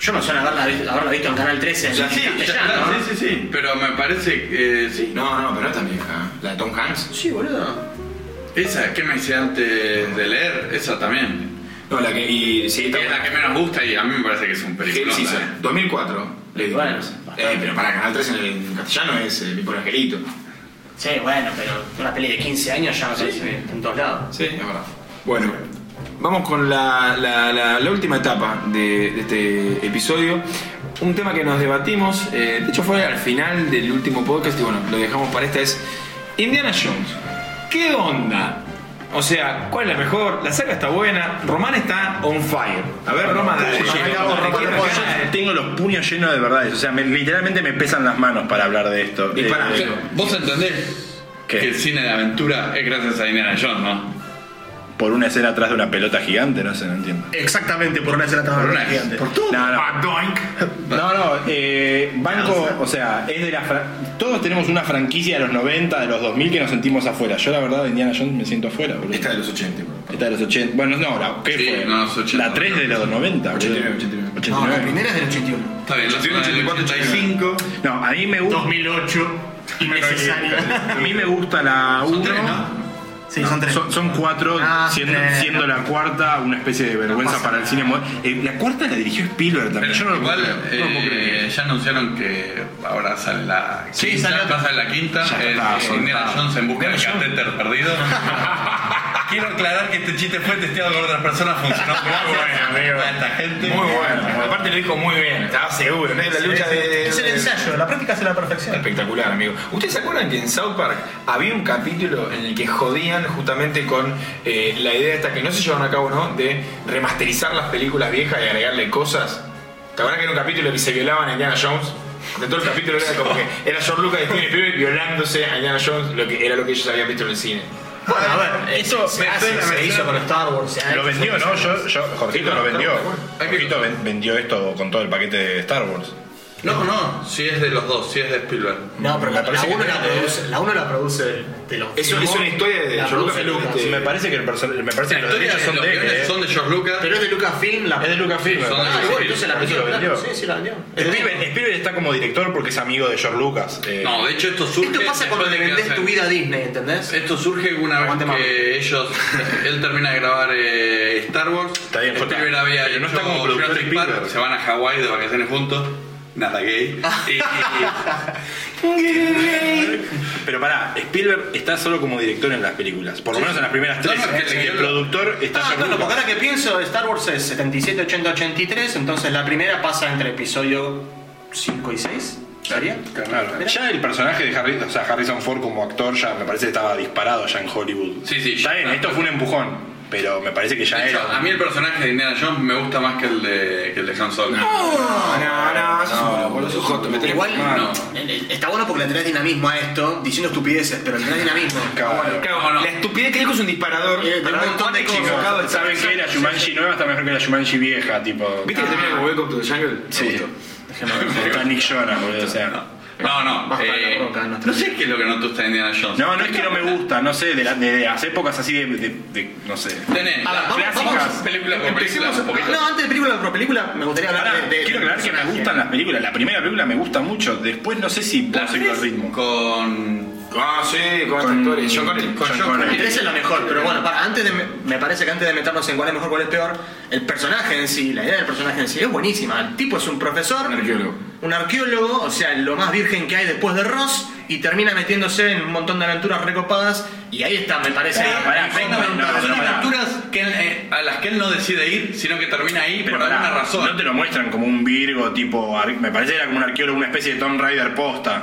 S6: Yo me suena haberla, vi- haberla visto en Canal 13 en
S4: Ya sí, ya
S6: castellano,
S4: está,
S6: ¿no?
S4: sí, sí, sí. Pero me parece que eh, sí.
S1: no, no, pero no tan vieja. La de Tom Hanks.
S6: Sí, boludo.
S4: Esa que me hice antes de leer, esa también.
S1: No, la que. Y, sí, está
S4: Es la
S1: buena.
S4: que menos gusta y a mí me parece que es un ¿eh?
S1: Hell
S4: peligro.
S1: Season, 2004, Lady
S6: Bueno,
S1: Killers.
S6: bastante.
S1: Eh, pero para Canal 3 en, en castellano es eh, mi pobre angelito.
S6: Sí, bueno, pero una peli de 15 años ya no sé si en todos lados.
S1: Sí, es verdad. Bueno, vamos con la, la- la- la última etapa de, de este episodio. Un tema que nos debatimos, eh, de hecho fue al final del último podcast y bueno, lo dejamos para esta es Indiana Jones. ¿Qué onda? O sea, ¿cuál es la mejor? La saga está buena, Román está on fire. A ver, Román, dale.
S3: Yo
S1: Dale,
S3: tengo-
S1: dale,
S3: yo
S1: dale, dale.
S3: tengo los puños llenos de verdades, o sea, me- literalmente me pesan las manos para hablar de esto.
S1: Y para-
S3: Eh,
S4: Vos entendés
S3: ¿Qué?
S4: que el cine de aventura es gracias a Indiana Jones, ¿no?
S3: por una escena atrás de una pelota gigante, no sé, no entiendo.
S6: Exactamente, por una escena tan
S4: Por una-
S6: Ah, gigante.
S3: ¿Por todo? No, no,
S1: Ah, doink.
S3: no, no, eh, Banco, o sea, es de la fra- todos tenemos una franquicia de los 90, de los 2000 que nos sentimos afuera. Yo la verdad de Indiana Jones me siento afuera, boludo.
S2: Esta de los 80. bro.
S3: Esta de los 80, bueno, no, la, ¿qué
S4: Sí,
S3: fue?
S4: no, los 80.
S3: la 3 de los 90, boludo.
S2: 89, 89.
S6: No, la
S3: 89.
S6: primera es del 81.
S4: Está bien, la
S2: 84,
S4: segunda del
S2: 85.
S3: No, a mí me gusta.
S6: 2008. Innecesaria.
S3: A mí me gusta la 1.
S4: tres, ¿no?
S6: Sí, son tres.
S2: Son, son cuatro,
S6: Ah,
S2: siendo,
S6: tres,
S2: siendo
S6: no.
S2: la cuarta una especie de vergüenza
S6: pasa
S2: para el cine moderno. Eh, la cuarta la dirigió Spielberg también. Yo no lo
S4: Igual
S2: puedo creer,
S4: eh,
S2: no lo puedo creer.
S4: ya anunciaron que ahora sale la
S6: Sí,
S4: quinta,
S6: salió-
S4: va a salir la quinta,
S2: Ya
S4: el-
S2: está,
S4: el
S2: soltado.
S4: Indiana Jones en busca del catéter perdido. Quiero aclarar que este chiste fue testeado por otras personas, funcionó muy
S1: amigo.
S4: a esta gente.
S1: Muy bueno. Aparte lo dijo muy bien, estaba seguro. ¿no? La lucha de- de-
S6: Es el
S1: de-
S6: ensayo, la práctica hace la perfección.
S1: Espectacular, amigo. ¿Ustedes se acuerdan que en South Park había un capítulo en el que jodían justamente con eh, la idea esta que no se llevaron a cabo, ¿no? De remasterizar las películas viejas y agregarle cosas. ¿Te acuerdas que era un capítulo que se violaban a Indiana Jones? De todo el capítulo era como que era George Lucas y Steven Spielberg violándose a Indiana Jones, lo que era lo que ellos habían visto en el cine.
S6: Bueno, a ver, eso se, hace, se hizo con Star Wars. eh. se ha
S3: Lo
S6: hecho.
S3: vendió, ¿no? Yo, yo, Jorgito lo vendió. Jorgito ven- vendió esto con todo el paquete de Star Wars.
S4: No, no, si es de los dos, si es de Spielberg.
S6: No, pero la, la,
S3: parece que
S6: uno
S3: no,
S6: la produce, la uno la produce de los
S1: Es- es una historia de
S6: la
S1: George
S6: produce
S1: Lucas.
S6: Lucas.
S1: Sí.
S3: Me parece que, el perso- me parece
S4: La
S3: que los
S4: historia
S3: derechos
S4: de
S3: son
S4: los
S3: de él.
S4: guiones
S3: eh.
S4: son de George Lucas.
S6: Pero es de Lucasfilm, la
S3: Es de Lucasfilm. me
S4: Son
S3: parece.
S6: Ah, y bueno, entonces la
S3: Sí,
S6: vendió,
S3: lo vendió.
S6: claro, sí, sí la vendió.
S3: Spielberg, Spielberg está como director porque es amigo de George Lucas. eh.
S4: No, de hecho esto surge.
S6: Esto pasa cuando
S4: después
S6: le
S4: de que
S6: vendés
S4: hacen-
S6: tu vida a Disney, ¿entendés?
S4: Esto surge una vez
S6: Aguante,
S4: que
S6: mami.
S4: ellos. Él termina de grabar eh, Star Wars.
S3: Está bien, Jota.
S4: Spielberg había
S3: Pero no
S4: hecho
S3: está como productor
S4: Jurassic
S3: Spielberg.
S4: Park, Se van a Hawái de vacaciones juntos. Nada gay. Y- y-
S3: Pero pará, Spielberg está solo como director en las películas. Por lo menos en las primeras
S4: No,
S3: tres.
S4: no, es que
S3: Y
S4: le
S3: el
S4: dio-
S3: productor está
S6: Ah,
S3: George
S6: claro, porque
S3: Lucas.
S6: ahora que pienso, Star Wars es 77, 80, 83, entonces la primera pasa entre episodio 5 y 6, ¿sería?
S3: Claro. Ya el personaje de Harry- o sea, Harrison Ford como actor ya me parece que estaba disparado ya en Hollywood.
S4: Sí, sí,
S3: Está
S4: ya
S3: bien,
S4: está.
S3: esto fue un empujón, pero me parece que ya
S4: de hecho,
S3: era.
S4: a mí el personaje de Indiana Jones me gusta más que el de, que el de Han Solo.
S1: No, no, no, eso es un monopolo, eso es joto, me tenés-
S6: Igual,
S4: no.
S6: Eh, está bueno porque le tenés dinamismo a esto, diciendo estupideces, pero le tenés dinamismo.
S3: Claro.
S1: Claro,
S4: No, no.
S1: La estupidez que dijo es un disparador.
S6: Eh,
S1: de un montón de
S6: cosas.
S1: equivocados.
S3: ¿Saben que la Shumanji nueva está mejor que la Shumanji vieja? Tipo.
S1: ¿Viste que termina como Welcome to the Jungle?
S3: Ah. Sí. Está Nick Jonas, boludo. O sea.
S4: No, no.
S6: Basta de la
S4: eh,
S6: bronca, no está
S4: no sé qué es lo que no te gusta de Indiana Jones.
S3: No, no es que no me gusta, no sé, de, la- de- de las épocas así de, de- de- no sé.
S4: Tenés las
S6: vamos-
S4: clásicas
S6: vamos-
S4: películas por
S6: Empecemos.
S4: películas, porque-
S6: No, antes de película por película, me gustaría
S3: Ahora,
S6: hablar de. de-
S3: quiero aclarar que me gustan las películas. La primera película me gusta mucho, después no sé si puedo
S4: Las
S3: seguir el
S4: tres
S3: ritmo.
S4: con...
S1: Ah, sí, con,
S3: Con-
S1: actores. John Connery.
S3: Con-
S4: John
S3: con-
S4: Connery.
S6: El 3 es la mejor, pero bueno, para, antes de, me- me parece que antes de meternos en cuál es mejor, cuál es peor, el personaje en sí, la idea del personaje en sí es buenísima. El tipo es un profesor,
S1: Un arqueólogo.
S6: un arqueólogo, o sea, lo más virgen que hay después de Ross, y termina metiéndose en un montón de aventuras recopadas, y ahí está, me parece.
S4: Eh,
S3: pará,
S6: Fue-
S3: no, no,
S4: Son
S3: pero pará.
S4: aventuras que él, eh, a las que él no decide ir, sino que termina ahí
S3: Pero
S4: por
S3: pará,
S4: alguna razón.
S3: no te lo muestran como un Virgo, tipo. ar- Me parece que era como un arqueólogo, una especie de Tom Rider posta.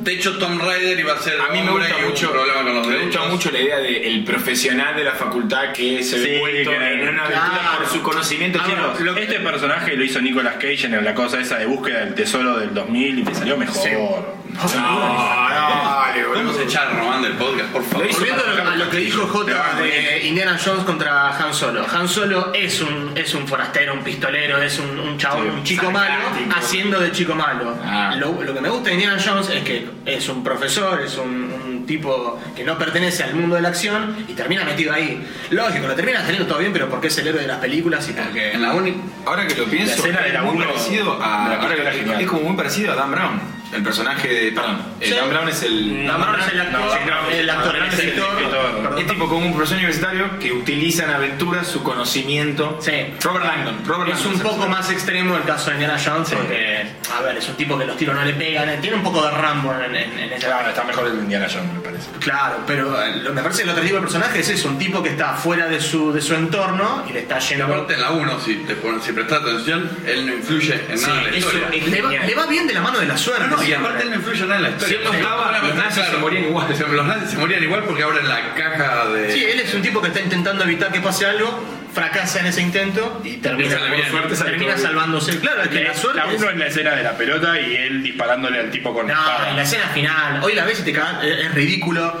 S4: De hecho, Tom Rider iba a ser.
S1: A mí me
S4: hombre
S1: gusta
S4: y hubo
S1: mucho,
S4: un problema con los
S1: me
S4: derechos.
S1: gusta mucho la idea del profesional de la facultad que se ve
S3: Sí,
S1: puesto
S3: que-
S1: en una aventura
S6: claro.
S1: por su conocimiento.
S3: Chicos,
S1: chicos.
S3: este personaje lo hizo Nicolas Cage en la cosa esa de búsqueda del tesoro del 2000 y te salió mejor.
S1: No, no, vale,
S4: Vamos a
S1: Ah, boludo.
S4: echar a Román del podcast, por favor.
S6: Volviendo a lo- a lo que dijo J de Indiana Jones contra Han Solo. Han Solo es un, es un forastero, un pistolero, es un, un chabón, un chico malo,
S1: sarcástico.
S6: haciendo de chico malo.
S1: Ah.
S6: Lo, lo que me gusta de Indiana Jones es que es un profesor, es un, un tipo que no pertenece al mundo de la acción y termina metido ahí. Lógico, lo terminas teniendo todo bien, pero porque es el héroe de las películas y porque...
S4: En la uni.
S1: Ahora que lo pienso,
S3: escena
S1: es
S3: del
S1: muy
S3: laburo
S1: parecido
S3: de
S1: a.
S3: la
S1: ahora que lo-
S3: película genial.
S1: es como muy parecido a Dan Brown. El personaje de. Perdón. eh,
S6: Sí.
S1: Dan Brown es el.
S6: Dan Brown es el actor,
S3: sí, no,
S6: el actor,
S3: Dan Brown
S6: el
S3: es el
S6: escritor,
S3: escritor.
S6: perdón.
S1: Es tipo como un profesor universitario que utiliza en aventuras su conocimiento.
S6: Sí.
S1: Robert Langdon. Robert
S6: Es
S1: Langdon.
S6: un poco más extremo el caso de Indiana Jones, porque, a ver, es un tipo que los tiros no le pegan, eh, tiene un poco de Rambo en, en, en esa-
S3: Claro, Ah, está mejor el de Indiana Jones, me parece.
S6: Claro, pero eh, lo, me parece que lo atractivo del personaje es eso, un tipo que está fuera de su, de su entorno y le está
S4: Y
S6: yendo...
S4: aparte, en la 1, si, te pon- si prestas atención, él no influye en
S6: Sí,
S4: nada de la
S6: eso
S4: historia.
S6: es- le, va, le va bien de la mano de la suerte.
S4: No, no, y
S6: siempre.
S4: aparte él no influye en nada en la historia.
S1: Si él no estaba,
S4: Claro,
S1: los nazis se morían igual.
S4: Se- Los nazis se morían igual porque ahora en la caja de.
S6: Sí, él es un tipo que está intentando evitar que pase algo, fracasa en ese intento y termina,
S4: sale bien.
S6: por suerte, termina salvándose. Claro, es que la suerte...
S3: La
S6: es-
S3: uno es la escena de la pelota y él disparándole al tipo con
S6: No,
S3: espada.
S6: en la escena final. Hoy la ves y te cagan. Es, es ridículo.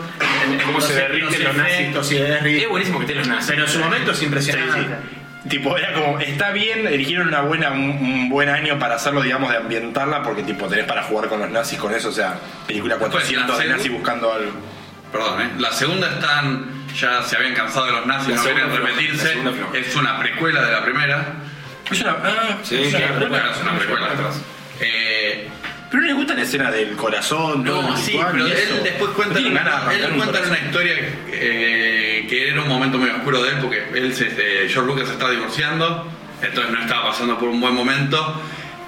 S1: Cómo se derriten los nazis.
S6: e-, efectos, Sí, es
S1: Es
S6: ridículo.
S1: buenísimo que tiene los nazis.
S6: Pero en su momento es
S3: Sí,
S6: impresionante.
S3: sí. Tipo, era como, está bien, eligieron una buena, un, un buen año para hacerlo, digamos, de ambientarla, porque tipo, tenés para jugar con los nazis con eso, o sea, película
S4: Después,
S3: 400
S4: la
S3: de
S4: serie-
S3: nazis buscando algo.
S4: Perdón, ¿eh? La segunda están. Ya se habían cansado de los nazis,
S1: La
S4: no querían
S1: segunda floja, la
S4: repetirse.
S1: segunda floja.
S4: Es una precuela de la primera.
S3: Es una- ah,
S1: Sí,
S3: es una
S1: claro.
S3: precuela.
S4: Bueno, es una precuela atrás. Eh,
S3: Pero no les gusta la escena del corazón, todo el
S4: No, sí,
S3: ritual
S4: pero
S3: y
S4: él
S3: eso.
S4: después cuenta,
S3: No tienen ganas de
S4: él
S3: arrancar un
S4: cuenta
S3: corazón.
S4: una historia eh, que era un momento muy oscuro de él porque él se, eh, George Lucas se estaba divorciando, entonces no estaba pasando por un buen momento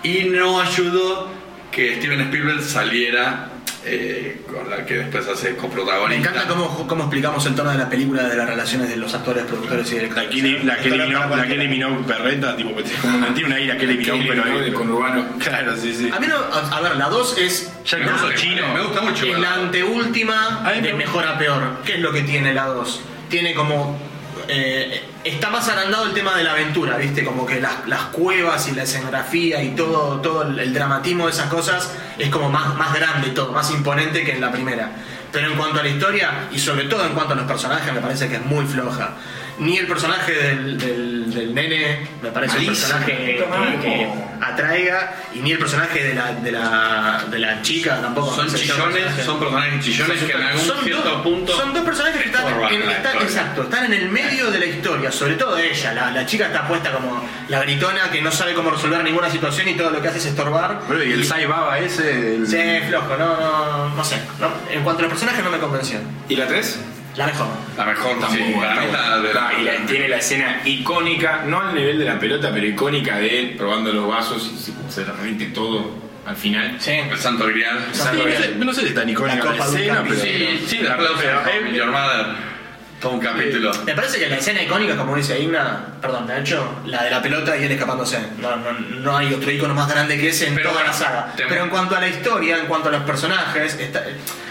S4: y no ayudó que Steven Spielberg saliera eh, con la que después hace
S6: Me
S4: coprotagonista.
S6: encanta cómo, cómo explicamos el tono de la película de las relaciones de los actores, productores y
S3: La
S6: directores.
S3: Kelly, la Kelly
S12: Esto era para
S3: Minogue, la
S12: cualquiera.
S3: Kelly Minogue perreta, tipo, que como- tiene una ira Kelly Minogue, pero...
S1: ¿no? de conurbano.
S3: Claro, sí, sí.
S6: A mí no, a, a ver, la 2 es
S3: Ya el
S4: Me
S3: ruso
S4: gusta-
S3: chino.
S4: Me gusta mucho.
S6: es la
S4: ¿verdad?
S6: anteúltima
S3: A mí me
S6: de
S3: gusta.
S6: mejor a peor. ¿Qué es lo que tiene la 2? Tiene como... eh, está más agrandado el tema de la aventura, ¿viste? Como que las, las cuevas y la escenografía y todo, todo el, el dramatismo de esas cosas es como más, más grande y todo, más imponente que en la primera. Pero en cuanto a la historia y sobre todo en cuanto a los personajes, me parece que es muy floja. Ni el personaje del, del- del nene me parece un personaje que- que atraiga, y ni el personaje de la, de la, de la chica tampoco.
S4: Son
S6: me parece que sea un
S4: chillones,
S6: personaje.
S4: son personajes chillones que en algún
S6: Son
S4: cierto
S6: dos-
S4: punto.
S6: son dos personajes que están,
S4: estorban
S6: en,
S4: la
S6: están-
S4: historia.
S6: exacto, están en el medio de la historia, sobre todo ella. La, la chica está puesta como la gritona que no sabe cómo resolver ninguna situación y todo lo que hace es estorbar.
S12: Bro, y el Sai Baba ese. el-
S6: Sí, flojo, no, no, no sé. No, en cuanto a los personajes no me convencieron.
S13: ¿Y la 3?
S6: La mejor.
S4: La mejor,
S1: Está
S4: sí,
S1: muy buena,
S4: para mí
S1: está
S4: la-
S1: buena.
S4: la-
S1: Está, y la- tiene la escena icónica, no al nivel de la pelota, pero icónica de él probando los vasos y se, se le reviente todo al final.
S6: Sí.
S4: El santo grial.
S3: Sí, no, sé, no sé si es tan icónica la,
S6: copa de un
S3: escena,
S6: cambio.
S3: pero...
S4: Sí, sí, la aplauso de Your Mother. Todo un capítulo.
S6: Me parece que la escena icónica, como dice Igna, perdón, Nacho, la de la pelota y él escapándose. No, no, no hay otro icono más grande que ese en
S4: Pero
S6: toda
S4: bueno,
S6: la saga.
S4: te-
S6: Pero en cuanto a la historia, en cuanto a los personajes, está-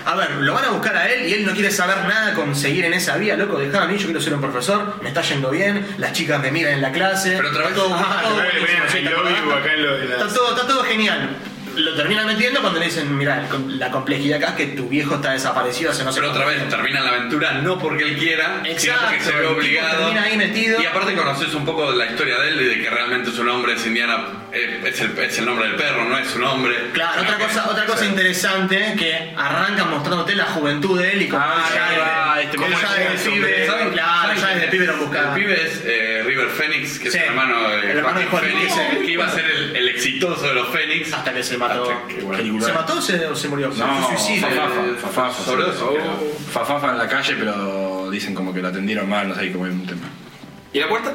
S6: a ver, lo van a buscar a él y él no quiere saber nada con seguir en esa vía, loco, dejá a mí, yo quiero ser un profesor, me está yendo bien, las chicas me miran en la clase.
S4: Pero otra vez-
S6: está todo,
S4: Ah,
S6: está todo
S3: acá le
S6: buenísimo,
S3: ven
S6: sí,
S3: el
S6: está
S3: lobby
S6: todo-
S3: o acá lo de la-
S6: Está todo, está todo genial. Lo terminan metiendo cuando le dicen, mirá, la complejidad acá es que tu viejo está desaparecido hace no sé
S4: Pero otra
S6: cuánto
S4: vez termina la aventura no porque él quiera, sino
S6: Exacto,
S4: porque se ve
S6: el tipo
S4: obligado.
S6: termina ahí metido.
S4: Y aparte conoces un poco de la historia de él y de que realmente su nombre es Indiana, eh, es, el, es el nombre del perro, no es su nombre.
S6: Claro, otra cosa, otra cosa interesante que arrancan mostrándote la juventud de él y cómo
S3: Ah,
S6: ya
S3: ahí va,
S6: de-
S3: este
S6: cómo
S3: pibe
S6: ya
S3: es
S6: desde
S3: eso,
S6: pibe,
S4: ¿Saben?
S6: claro,
S4: ¿Saben
S6: ya
S4: quién
S6: desde pibe lo
S4: El
S6: buscaba.
S4: pibe es eh, River Phoenix, que
S6: Sí.
S4: es el hermano
S6: El
S4: de
S6: hermano de
S4: Joaquin
S6: Joaquin,
S4: Phoenix,
S6: sí.
S4: que iba a ser el, el exitoso de los Phoenix.
S6: Hasta que se mató.
S4: Hasta que, bueno,
S6: ¿Se mató o se, o se murió? Se
S3: Ah, No,
S6: fue suicidio.
S3: Fafafa, Fafafa,
S4: Sobredosis,
S3: sí,
S4: creo.
S3: Fafafa en la calle, pero dicen como que lo atendieron mal, no sé, como es un tema.
S13: ¿Y la cuarta?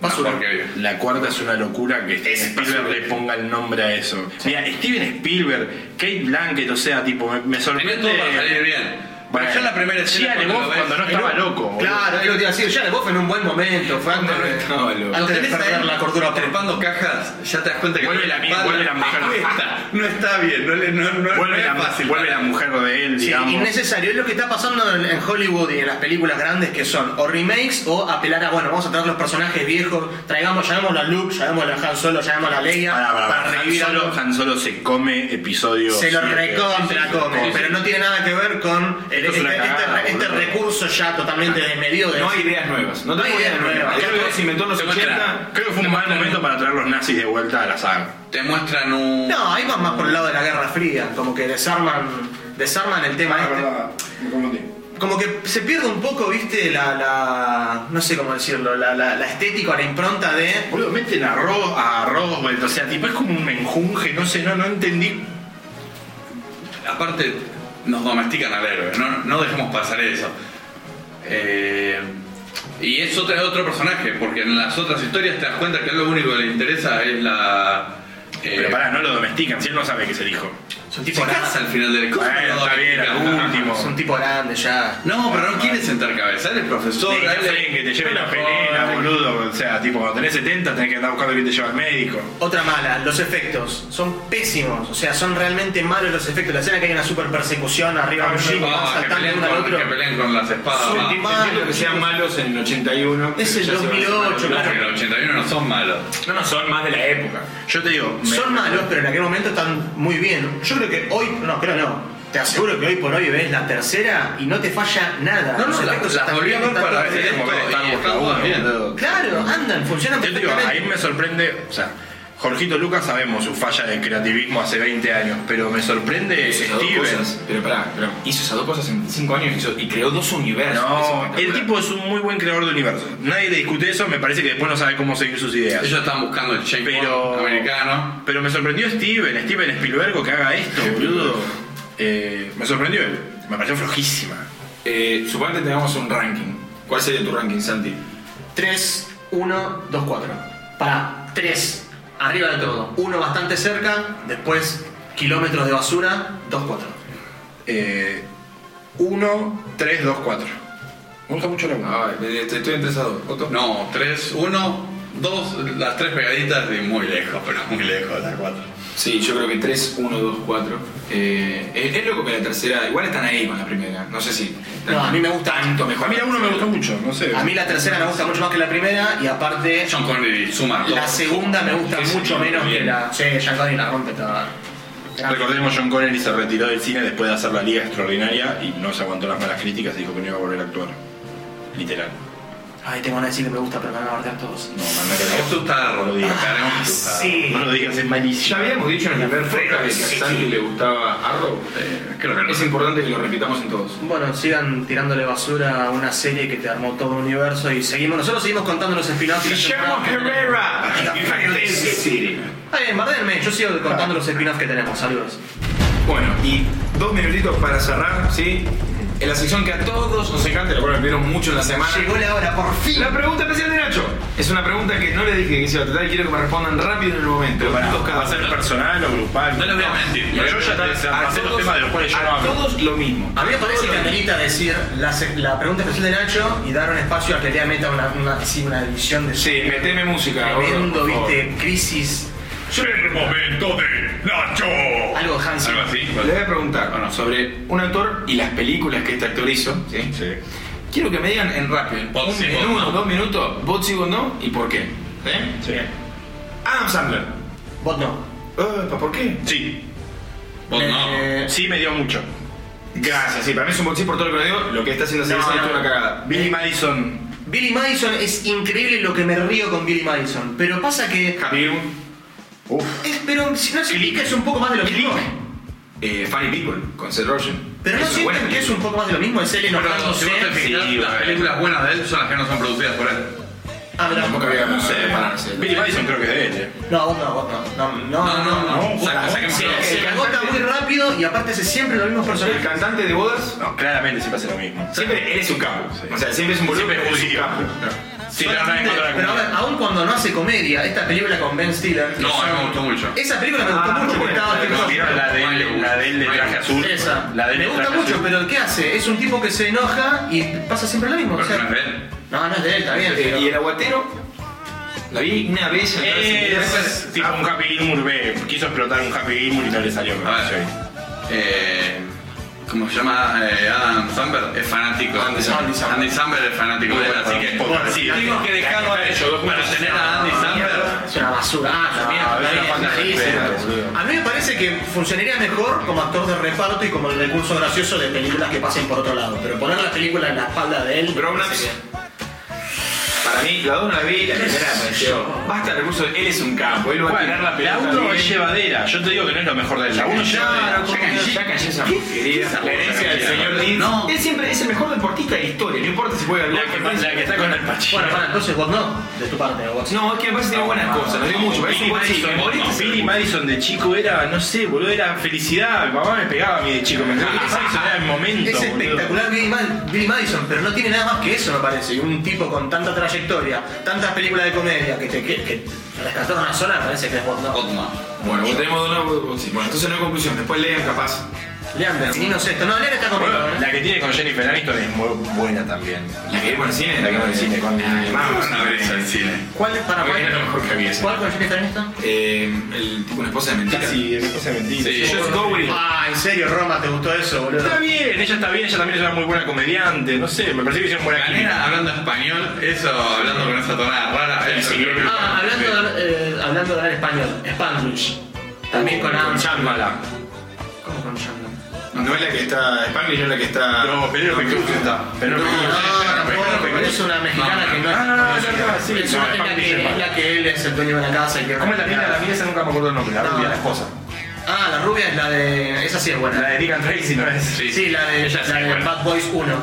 S6: Basura.
S4: porque vive.
S3: La cuarta es una locura que Steven
S4: Es
S3: Spielberg
S4: basura.
S3: le ponga el nombre a eso. Mira, Steven Spielberg, Kate Blanket, o sea, tipo, me, me
S4: Tenía
S3: sorprende.
S4: todo para salir bien. Pero yo en la primera escena.
S3: Shia
S4: cuando
S3: LaBeouf
S4: lo ves-
S3: cuando no estaba loco. boludo.
S6: Claro, es lo que te iba a decir. Ya de fue en un buen momento. Fue antes, de-
S13: estaba loco.
S6: antes de
S4: Tenés a
S6: perder
S4: él
S6: la cordura. por-
S4: Trepando cajas, ya te das cuenta que
S3: Vuelve la mi-
S4: espalda
S3: vuelve la mujer.
S4: acuesta. No está bien, no, le- no, no, no
S3: Vuelve,
S4: es
S3: la,
S4: fácil.
S3: vuelve la mujer de él,
S6: Sí,
S3: digamos.
S6: innecesario. Es lo que está pasando en, en Hollywood y en las películas grandes que son o remakes o apelar a, bueno, vamos a traer los personajes viejos, traigamos, llamémoslo a Luke, llamémoslo a Han Solo, llamémoslo a Leia,
S3: Pará, pará, pará. Han,
S6: revivir
S3: Solo,
S6: algo.
S3: Han Solo se come episodio.
S6: Se lo
S3: siete.
S6: recontra come, pero no tiene nada que ver con el-
S3: Esto es
S6: este,
S3: una
S6: este-
S3: cagada,
S6: este
S3: boludo.
S6: recurso ya totalmente desmedido. de-
S13: No hay ideas nuevas. No
S6: No
S13: tengo
S6: hay
S13: ideas
S6: ideas
S13: nuevas.
S6: nuevas.
S13: Ya todo se inventó en los
S4: Se muestra.
S13: 80.
S3: Creo que fue un mal momento para traer los nazis de vuelta a la saga.
S4: Te muestran un.
S6: No, ahí van más por el lado de la Guerra Fría, como que desarman, desarman el tema este.
S12: me confundí.
S6: como que se pierde un poco, viste, la, la no sé cómo decirlo, la, la, la estética, la impronta de...
S3: Boludo, meten a, Ro, a Roswell, o sea, tipo, es como un enjunje, no sé, no, no
S4: Eh.
S3: entendí.
S4: Aparte, nos domestican al héroe, no, no dejemos pasar eso. Eh, y es otro, otro personaje, porque en las otras historias te das cuenta que lo único que le interesa es la. eh,
S3: Pero pará, no lo domestican, si él no sabe que es el hijo.
S6: Es un
S4: se
S6: tipo
S4: casa
S6: grande,
S4: al final del
S3: Bueno, está bien, al último.
S6: es un tipo grande ya.
S4: No, pero no quiere sentar cabeza, él es profesor,
S3: Sí,
S4: él
S3: ya
S4: es-
S3: saben que te lleven la
S4: Joder.
S3: pelea, boludo. O sea, tipo, cuando tenés 70 tenés que andar buscando quién te lleva al médico.
S6: Otra mala, los efectos. Son pésimos, o sea, son realmente malos los efectos. La escena que hay una super persecución arriba de un jeep, van
S4: Ah, que
S6: saltando
S4: peleen
S6: uno al
S4: con-
S6: otro.
S4: que peleen con las espadas.
S6: Son
S4: va.
S6: tipo-
S13: Entiendo que sean malos en el 81.
S6: Es
S13: pero ya
S6: el
S13: se van a hacer
S6: 2008,
S13: malos.
S4: Porque los 81 no son malos.
S13: No, no, son más de la época.
S3: Yo te digo, me-
S6: Son malos, pero en aquel momento están muy bien. Yo creo que hoy, no, creo no. Te aseguro que hoy por hoy ves la tercera y no te falla nada.
S4: No,
S6: Los
S4: no, las
S6: efectos
S4: la
S6: están
S4: volví a
S6: bien,
S4: ver
S6: están
S4: para
S6: todos
S4: ver
S6: bien.
S4: esto
S3: como que
S4: y
S3: Star Wars,
S4: está
S3: la
S4: todo
S3: uno,
S4: bien.
S3: boludo.
S6: Claro, andan, funcionan
S3: Yo te digo,
S6: perfectamente.
S3: ahí me sorprende, o sea, Jorgito Lucas sabemos su falla de creativismo hace 20 años, pero me sorprende
S1: Hizo esas dos
S3: Steven.
S1: cosas, pero pará, pero hizo esas dos cosas en cinco años hizo- y creó dos universos.
S3: No,
S1: Es
S3: el
S1: espectacular.
S3: tipo es un muy buen creador de universos. Nadie le discute eso, me parece que después no sabe cómo seguir sus ideas.
S4: Ellos estaban buscando el James
S3: Pero-
S4: Bond americano.
S3: Pero me sorprendió Steven, Steven Spielberg que haga esto, boludo. Eh, me sorprendió él. Me pareció flojísima.
S1: Eh, suponete tengamos un ranking. ¿Cuál sería tu ranking, Santi?
S6: 3, 1, 2, 4. Para 3, arriba de todo. 1 bastante cerca, después kilómetros de basura, 2, 4.
S3: 1, 3, 2, 4. Me gusta mucho la 1.
S1: Ay, estoy, estoy entre esas dos. ¿Otto?
S4: No, 3, 1, 2, las tres pegaditas de muy lejos, pero muy lejos, las 4.
S1: Sí, yo creo que 3, 1, 2, 4. Eh, es, es loco que la tercera, igual están ahí con la primera. No sé si.
S6: No, a mí me gusta.
S1: Tanto mejor.
S3: A mí la 1 me gustó mucho, no sé.
S6: A mí la tercera me gusta mucho más que la primera y aparte
S4: John Connery suma
S6: la
S4: dos.
S6: segunda me gusta
S1: Sí,
S6: mucho
S1: sí,
S6: menos
S1: bien.
S6: que la... Sí, Jack Connery la rompe toda.
S3: Recordemos, John Connery se retiró del cine después de hacer la Liga Extraordinaria y no se aguantó las malas críticas y dijo que no iba a volver a actuar. Literal.
S6: Ay, tengo una decir que me gusta, pero me van a bardear todos. Ah,
S3: No, mandá que
S4: Es tu
S3: No
S4: tarro,
S3: lo digas.
S4: caremos que es tu tarro.
S6: Sí.
S3: No lo digas, es malísimo.
S1: Ya habíamos dicho en el primer podcast que a Santi le gustaba Arrow.
S4: Eh, creo que no.
S1: Es importante que lo repitamos en todos.
S6: Bueno, sigan tirándole basura a una serie que te armó todo un universo y seguimos. Nosotros seguimos contando los spin-offs. y
S1: Guillermo Herrera. City.
S6: Está bien, bardenme, yo sigo contando los spin-offs que tenemos. Saludos.
S1: Bueno, y dos minutitos para cerrar, ¿sí? En la sección que a todos nos encanta, lo cual me pidieron mucho en la semana.
S6: Llegó la hora, por fin.
S1: La pregunta especial de Nacho. Es una pregunta que no le dije que se iba a tratar y quiero que me respondan rápido en el momento. Dos cada
S3: ¿Va a ser
S1: uno.
S3: personal o grupal?
S4: No les voy a mentir.
S3: Pero yo ya te
S1: A
S3: pasé los
S1: todos-
S3: temas de los cuales yo
S1: a
S3: no hablo.
S1: todos lo mismo.
S6: A mí me parece que amerita decir la, se- la pregunta especial de Nacho y dar un espacio a que le meta una, una, sí, una división de
S1: Sí, meteme música. gordo,
S6: tremendo,
S1: por favor.
S6: viste, crisis.
S4: El momento de Nacho.
S6: Algo Hansen.
S4: Algo así.
S1: Le voy a preguntar bueno, sobre un autor y las películas que este actor hizo. ¿sí?
S3: Sí.
S1: Quiero que me digan en rápido, en
S4: Bot
S1: un
S4: sí,
S1: minuto,
S4: bot no.
S1: dos minutos, bot sí, bot no y por qué. ¿Sí? Adam Sandler.
S6: Bot no.
S1: Eh, ¿Por qué?
S3: Sí.
S4: Vos no.
S6: Eh,
S3: Sí, me dio mucho.
S1: Gracias, sí, para mí es un bot sí por todo lo que le digo. Lo que está haciendo
S6: No,
S1: Adam Sandler
S6: no.
S1: es una cagada.
S3: Billy Madison.
S6: Billy Madison es increíble lo que me río con Billy Madison. Pero pasa que.
S1: Happy Gilmore.
S3: Uf.
S6: es- pero si no se explica es un poco más de lo mismo.
S1: eh, Funny People con Seth Rogen.
S6: Pero no
S1: Es una buena
S6: sienten que es un poco más de lo mismo, es él
S4: Pero si
S6: enojándose.
S4: vos te fijas,
S1: sí,
S4: las
S1: bueno.
S4: películas buenas de él son las que no son producidas por él.
S6: Ah,
S1: película.
S6: mirá.
S1: Tampoco habíamos
S3: Sí.
S1: pararse.
S3: Billy Madison creo que es de él. eh.
S6: No, vos no, vos no. No, no, no. no.
S3: Ah,
S4: No, no, saca-
S6: Se,
S4: saquemos
S6: se
S1: el
S6: agota
S1: cantante-
S6: muy rápido y aparte hace siempre los mismos
S1: El
S6: personajes.
S1: cantante de bodas.
S3: No, claramente siempre hace lo mismo.
S1: Siempre él es un capo.
S3: Sí.
S1: O sea, siempre es un boludo,
S3: Siempre
S1: pero es un
S3: judío.
S1: capo.
S3: Sí,
S6: Pero
S3: pero nada en contra de la
S6: a ver,
S3: comunidad.
S6: aún cuando no hace comedia, esta película con Ben Stiller.
S4: No, a mí me gustó mucho.
S6: Esa película me gustó
S1: Ah,
S6: mucho porque
S1: bueno,
S6: estaba
S1: pero
S6: tipo-
S3: ¿Vieron la de él, la de él de traje azul?
S6: Esa.
S3: La de él
S6: me
S3: de
S6: gusta
S3: traje
S6: mucho,
S3: azul.
S6: pero ¿qué hace? Es un tipo que se enoja y pasa siempre lo mismo.
S4: Pero
S6: o sea-
S4: no es de él.
S6: no, no es de él, está bien.
S1: Eh,
S6: pero-
S1: y el aguatero. La vi una vez en
S3: Eh,
S1: la
S3: ese es tipo un Happy Gilmore B. Quiso explotar un Happy Gilmore y no le salió. me
S4: A
S3: pareció.
S4: ver, eh, ¿cómo se llama? Eh, Adam Samberg es fanático. Andy Samberg. Andy Samberg es fanático de él, así que.
S3: Bueno, sí,
S4: Tengo que dejarlo a ellos. Para tener a Andy Samberg.
S6: Es una basura. Ah,
S3: No,
S6: mira,
S3: es una
S6: ahí,
S3: falta de
S6: ahí,
S3: respeto,
S6: ahí.
S3: boludo.
S6: A mí me parece que funcionaría mejor como actor de reparto y como el recurso gracioso de películas que pasen por otro lado. Pero poner la película en la espalda de él.
S1: Grown Ups. Para mí, la dos no la vi, la primera me pareció. Basta recurso, él es un capo, él va a tirar la
S3: La
S1: pelota.
S3: 1
S1: bien.
S3: es llevadera. Yo te digo que no es lo mejor de él. La 1 es
S1: Ya,
S3: llevadera.
S1: no, ya callé- ya callé esa porquería. La herencia del señor Dean.
S4: No.
S1: Él siempre es el mejor deportista de la historia, no importa si juega al
S3: La
S1: golf,
S3: que,
S1: me parece-
S3: la que está con el pachino.
S6: Bueno, para, entonces vos no, de tu parte, vos.
S1: No, es que me parece que tiene buenas cosas, nos dio mucho, parece un buen chico.
S3: Madison,
S1: Ahorita es el-
S3: Billy Madison de chico era, no sé, boludo, era felicidad. Mi mamá me pegaba a mí de chico. Me entendés? Billy Madison era el momento.
S6: Es
S3: boludo.
S6: espectacular Billy, Ma- Billy Madison, pero no tiene nada más que eso, me parece. Y un tipo con tanta trayectoria, tantas películas de comedia que te que, que te rescataron una sola, me parece que es vos no.
S4: Otma.
S1: Bueno, vos tenemos dos nuevos. sí, Bueno, entonces no hay conclusión, después lean capaz.
S6: Lean Bertininos esto. No, Lean está conmigo.
S3: Bueno,
S6: ¿eh?
S3: la que tiene con Jennifer Aniston es muy buena también.
S1: La que vimos en el cine,
S3: La que vimos en el cine con-
S1: Ay, vamos,
S4: Una vez al cine.
S6: ¿Cuál es para cuál?
S1: Ah, Era lo mejor que había, sí.
S6: ¿Cuál con Jennifer Aniston?
S1: Eh, el tipo una esposa de mentira.
S3: Casi, es cosa de mentira.
S1: Sí, Just Go With It.
S6: Ah, en serio, Roma, ¿te gustó eso, boludo?
S3: Está bien, ella está bien, ella también es una muy buena comediante. No sé, me parece que hicieron buena química.
S4: Galera hablando español, eso hablando con esa tonada rara. eso creo que-
S6: Ah, hablando, de- eh, hablando de hablar español, Spanglish. También con Adam Sandler.
S3: Chambala.
S6: ¿Cómo con Sandler?
S4: No
S1: No es la que está. Spanglish es la que está.
S14: No, Fenómeno Pecucci está. Fenómeno
S6: No,
S14: Pecucci.
S6: no, tampoco, pero es una mexicana que no es.
S14: Ah, no, no, no, no, sí,
S6: es
S14: no,
S6: una- es la
S14: Spanglish es
S6: que, es la que él es el dueño de la casa y que.
S3: ¿Cómo es la mina? La mina esa nunca me acuerdo el nombre, la
S6: No.
S3: rubia, la esposa.
S6: Ah, la rubia es la de. Esa sí es buena.
S3: La de Dick and Tracy, ¿no es?
S6: Sí, la de,
S11: Ella sí,
S6: la de
S11: bueno.
S6: Bad Boys 1.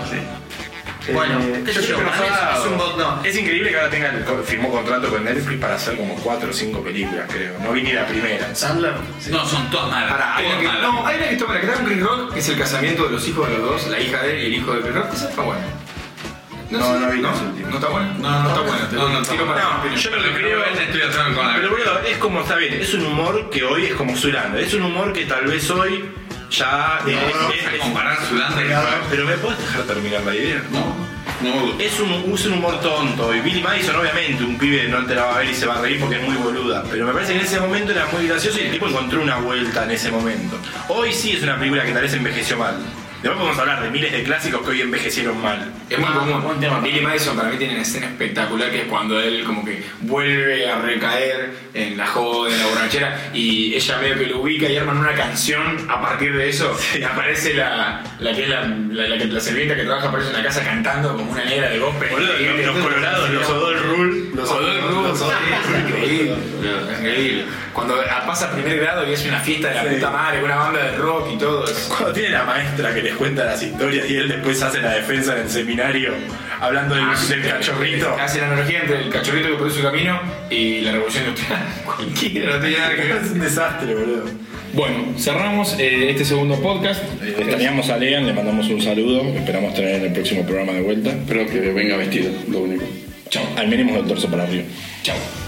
S6: Bueno, qué sé yo,
S3: siempre
S6: para mí
S3: pensaba-
S6: es un bot, no.
S3: Es increíble que ahora tenga el co- firmó contrato con Netflix para hacer como 4 o 5 películas, creo. No vi ni la primera.
S6: Sandler.
S11: No, son todas malas.
S1: Pará, hay una
S11: todas
S1: que,
S11: malas.
S1: no, hay una que está buena, que está con Chris Rock, que es el casamiento de los hijos de los dos, la hija de él y el hijo de Chris Rock. Esa está buena.
S3: No,
S1: sé,
S3: no vi
S1: no,
S3: las últimas.
S1: no está buena.
S11: No, no,
S1: está
S11: no,
S1: buena. te
S11: no,
S1: lo
S11: no,
S1: tiro
S11: no,
S1: para
S11: no.
S1: la opinión.
S11: Yo lo que creo es estoy de acuerdo con la
S2: Pero boludo, es como está bien, es un humor que hoy es como Zulanda, es un humor que tal vez hoy ya
S11: No,
S2: eh, es-
S11: no,
S2: es-
S11: comparar Sudán de
S2: pero me puedes dejar terminar la idea.
S11: No, no me gusta.
S2: Es un, es un humor tonto y Billy Madison obviamente un pibe no te la va a ver y se va a reír porque es muy boluda, pero me parece que en ese momento era muy gracioso y el tipo encontró una vuelta en ese momento. Hoy sí es una película que tal vez envejeció mal. Después podemos hablar de miles de clásicos que hoy envejecieron mal.
S1: Es muy
S6: Ah,
S1: común.
S6: buen tema.
S1: Billy Madison para mí tiene una escena espectacular que es cuando él como que vuelve a recaer en la joda, en la borrachera y ella medio que lo ubica y arman una canción a partir de eso. Y aparece la, la que es la, la, la que- la sirvienta que trabaja aparece en la casa cantando como una negra de gospel.
S2: Boludo, los, los colorados, los Odol Rule, los
S1: Odol Rubio, sí, es increíble, boludo, es increíble. Cuando pasa a primer grado y es una fiesta de la puta madre, una banda de rock y todo. es-
S3: Cuando tiene la maestra que les cuenta las historias y él después hace la defensa en el seminario hablando
S1: Ah,
S3: del, Ah, del cachorrito.
S1: Hace la analogía entre el cachorrito que produce su camino y la revolución industrial. Cualquiera, no tiene nada que ver.
S3: Es un desastre, boludo.
S9: Bueno, cerramos eh, este segundo podcast.
S10: Extrañamos Eh, a Lean, le mandamos un saludo, esperamos tener en el próximo programa de vuelta.
S14: Espero que venga vestido, lo único.
S10: Chao. Al mínimo del torso para arriba.
S9: Chao.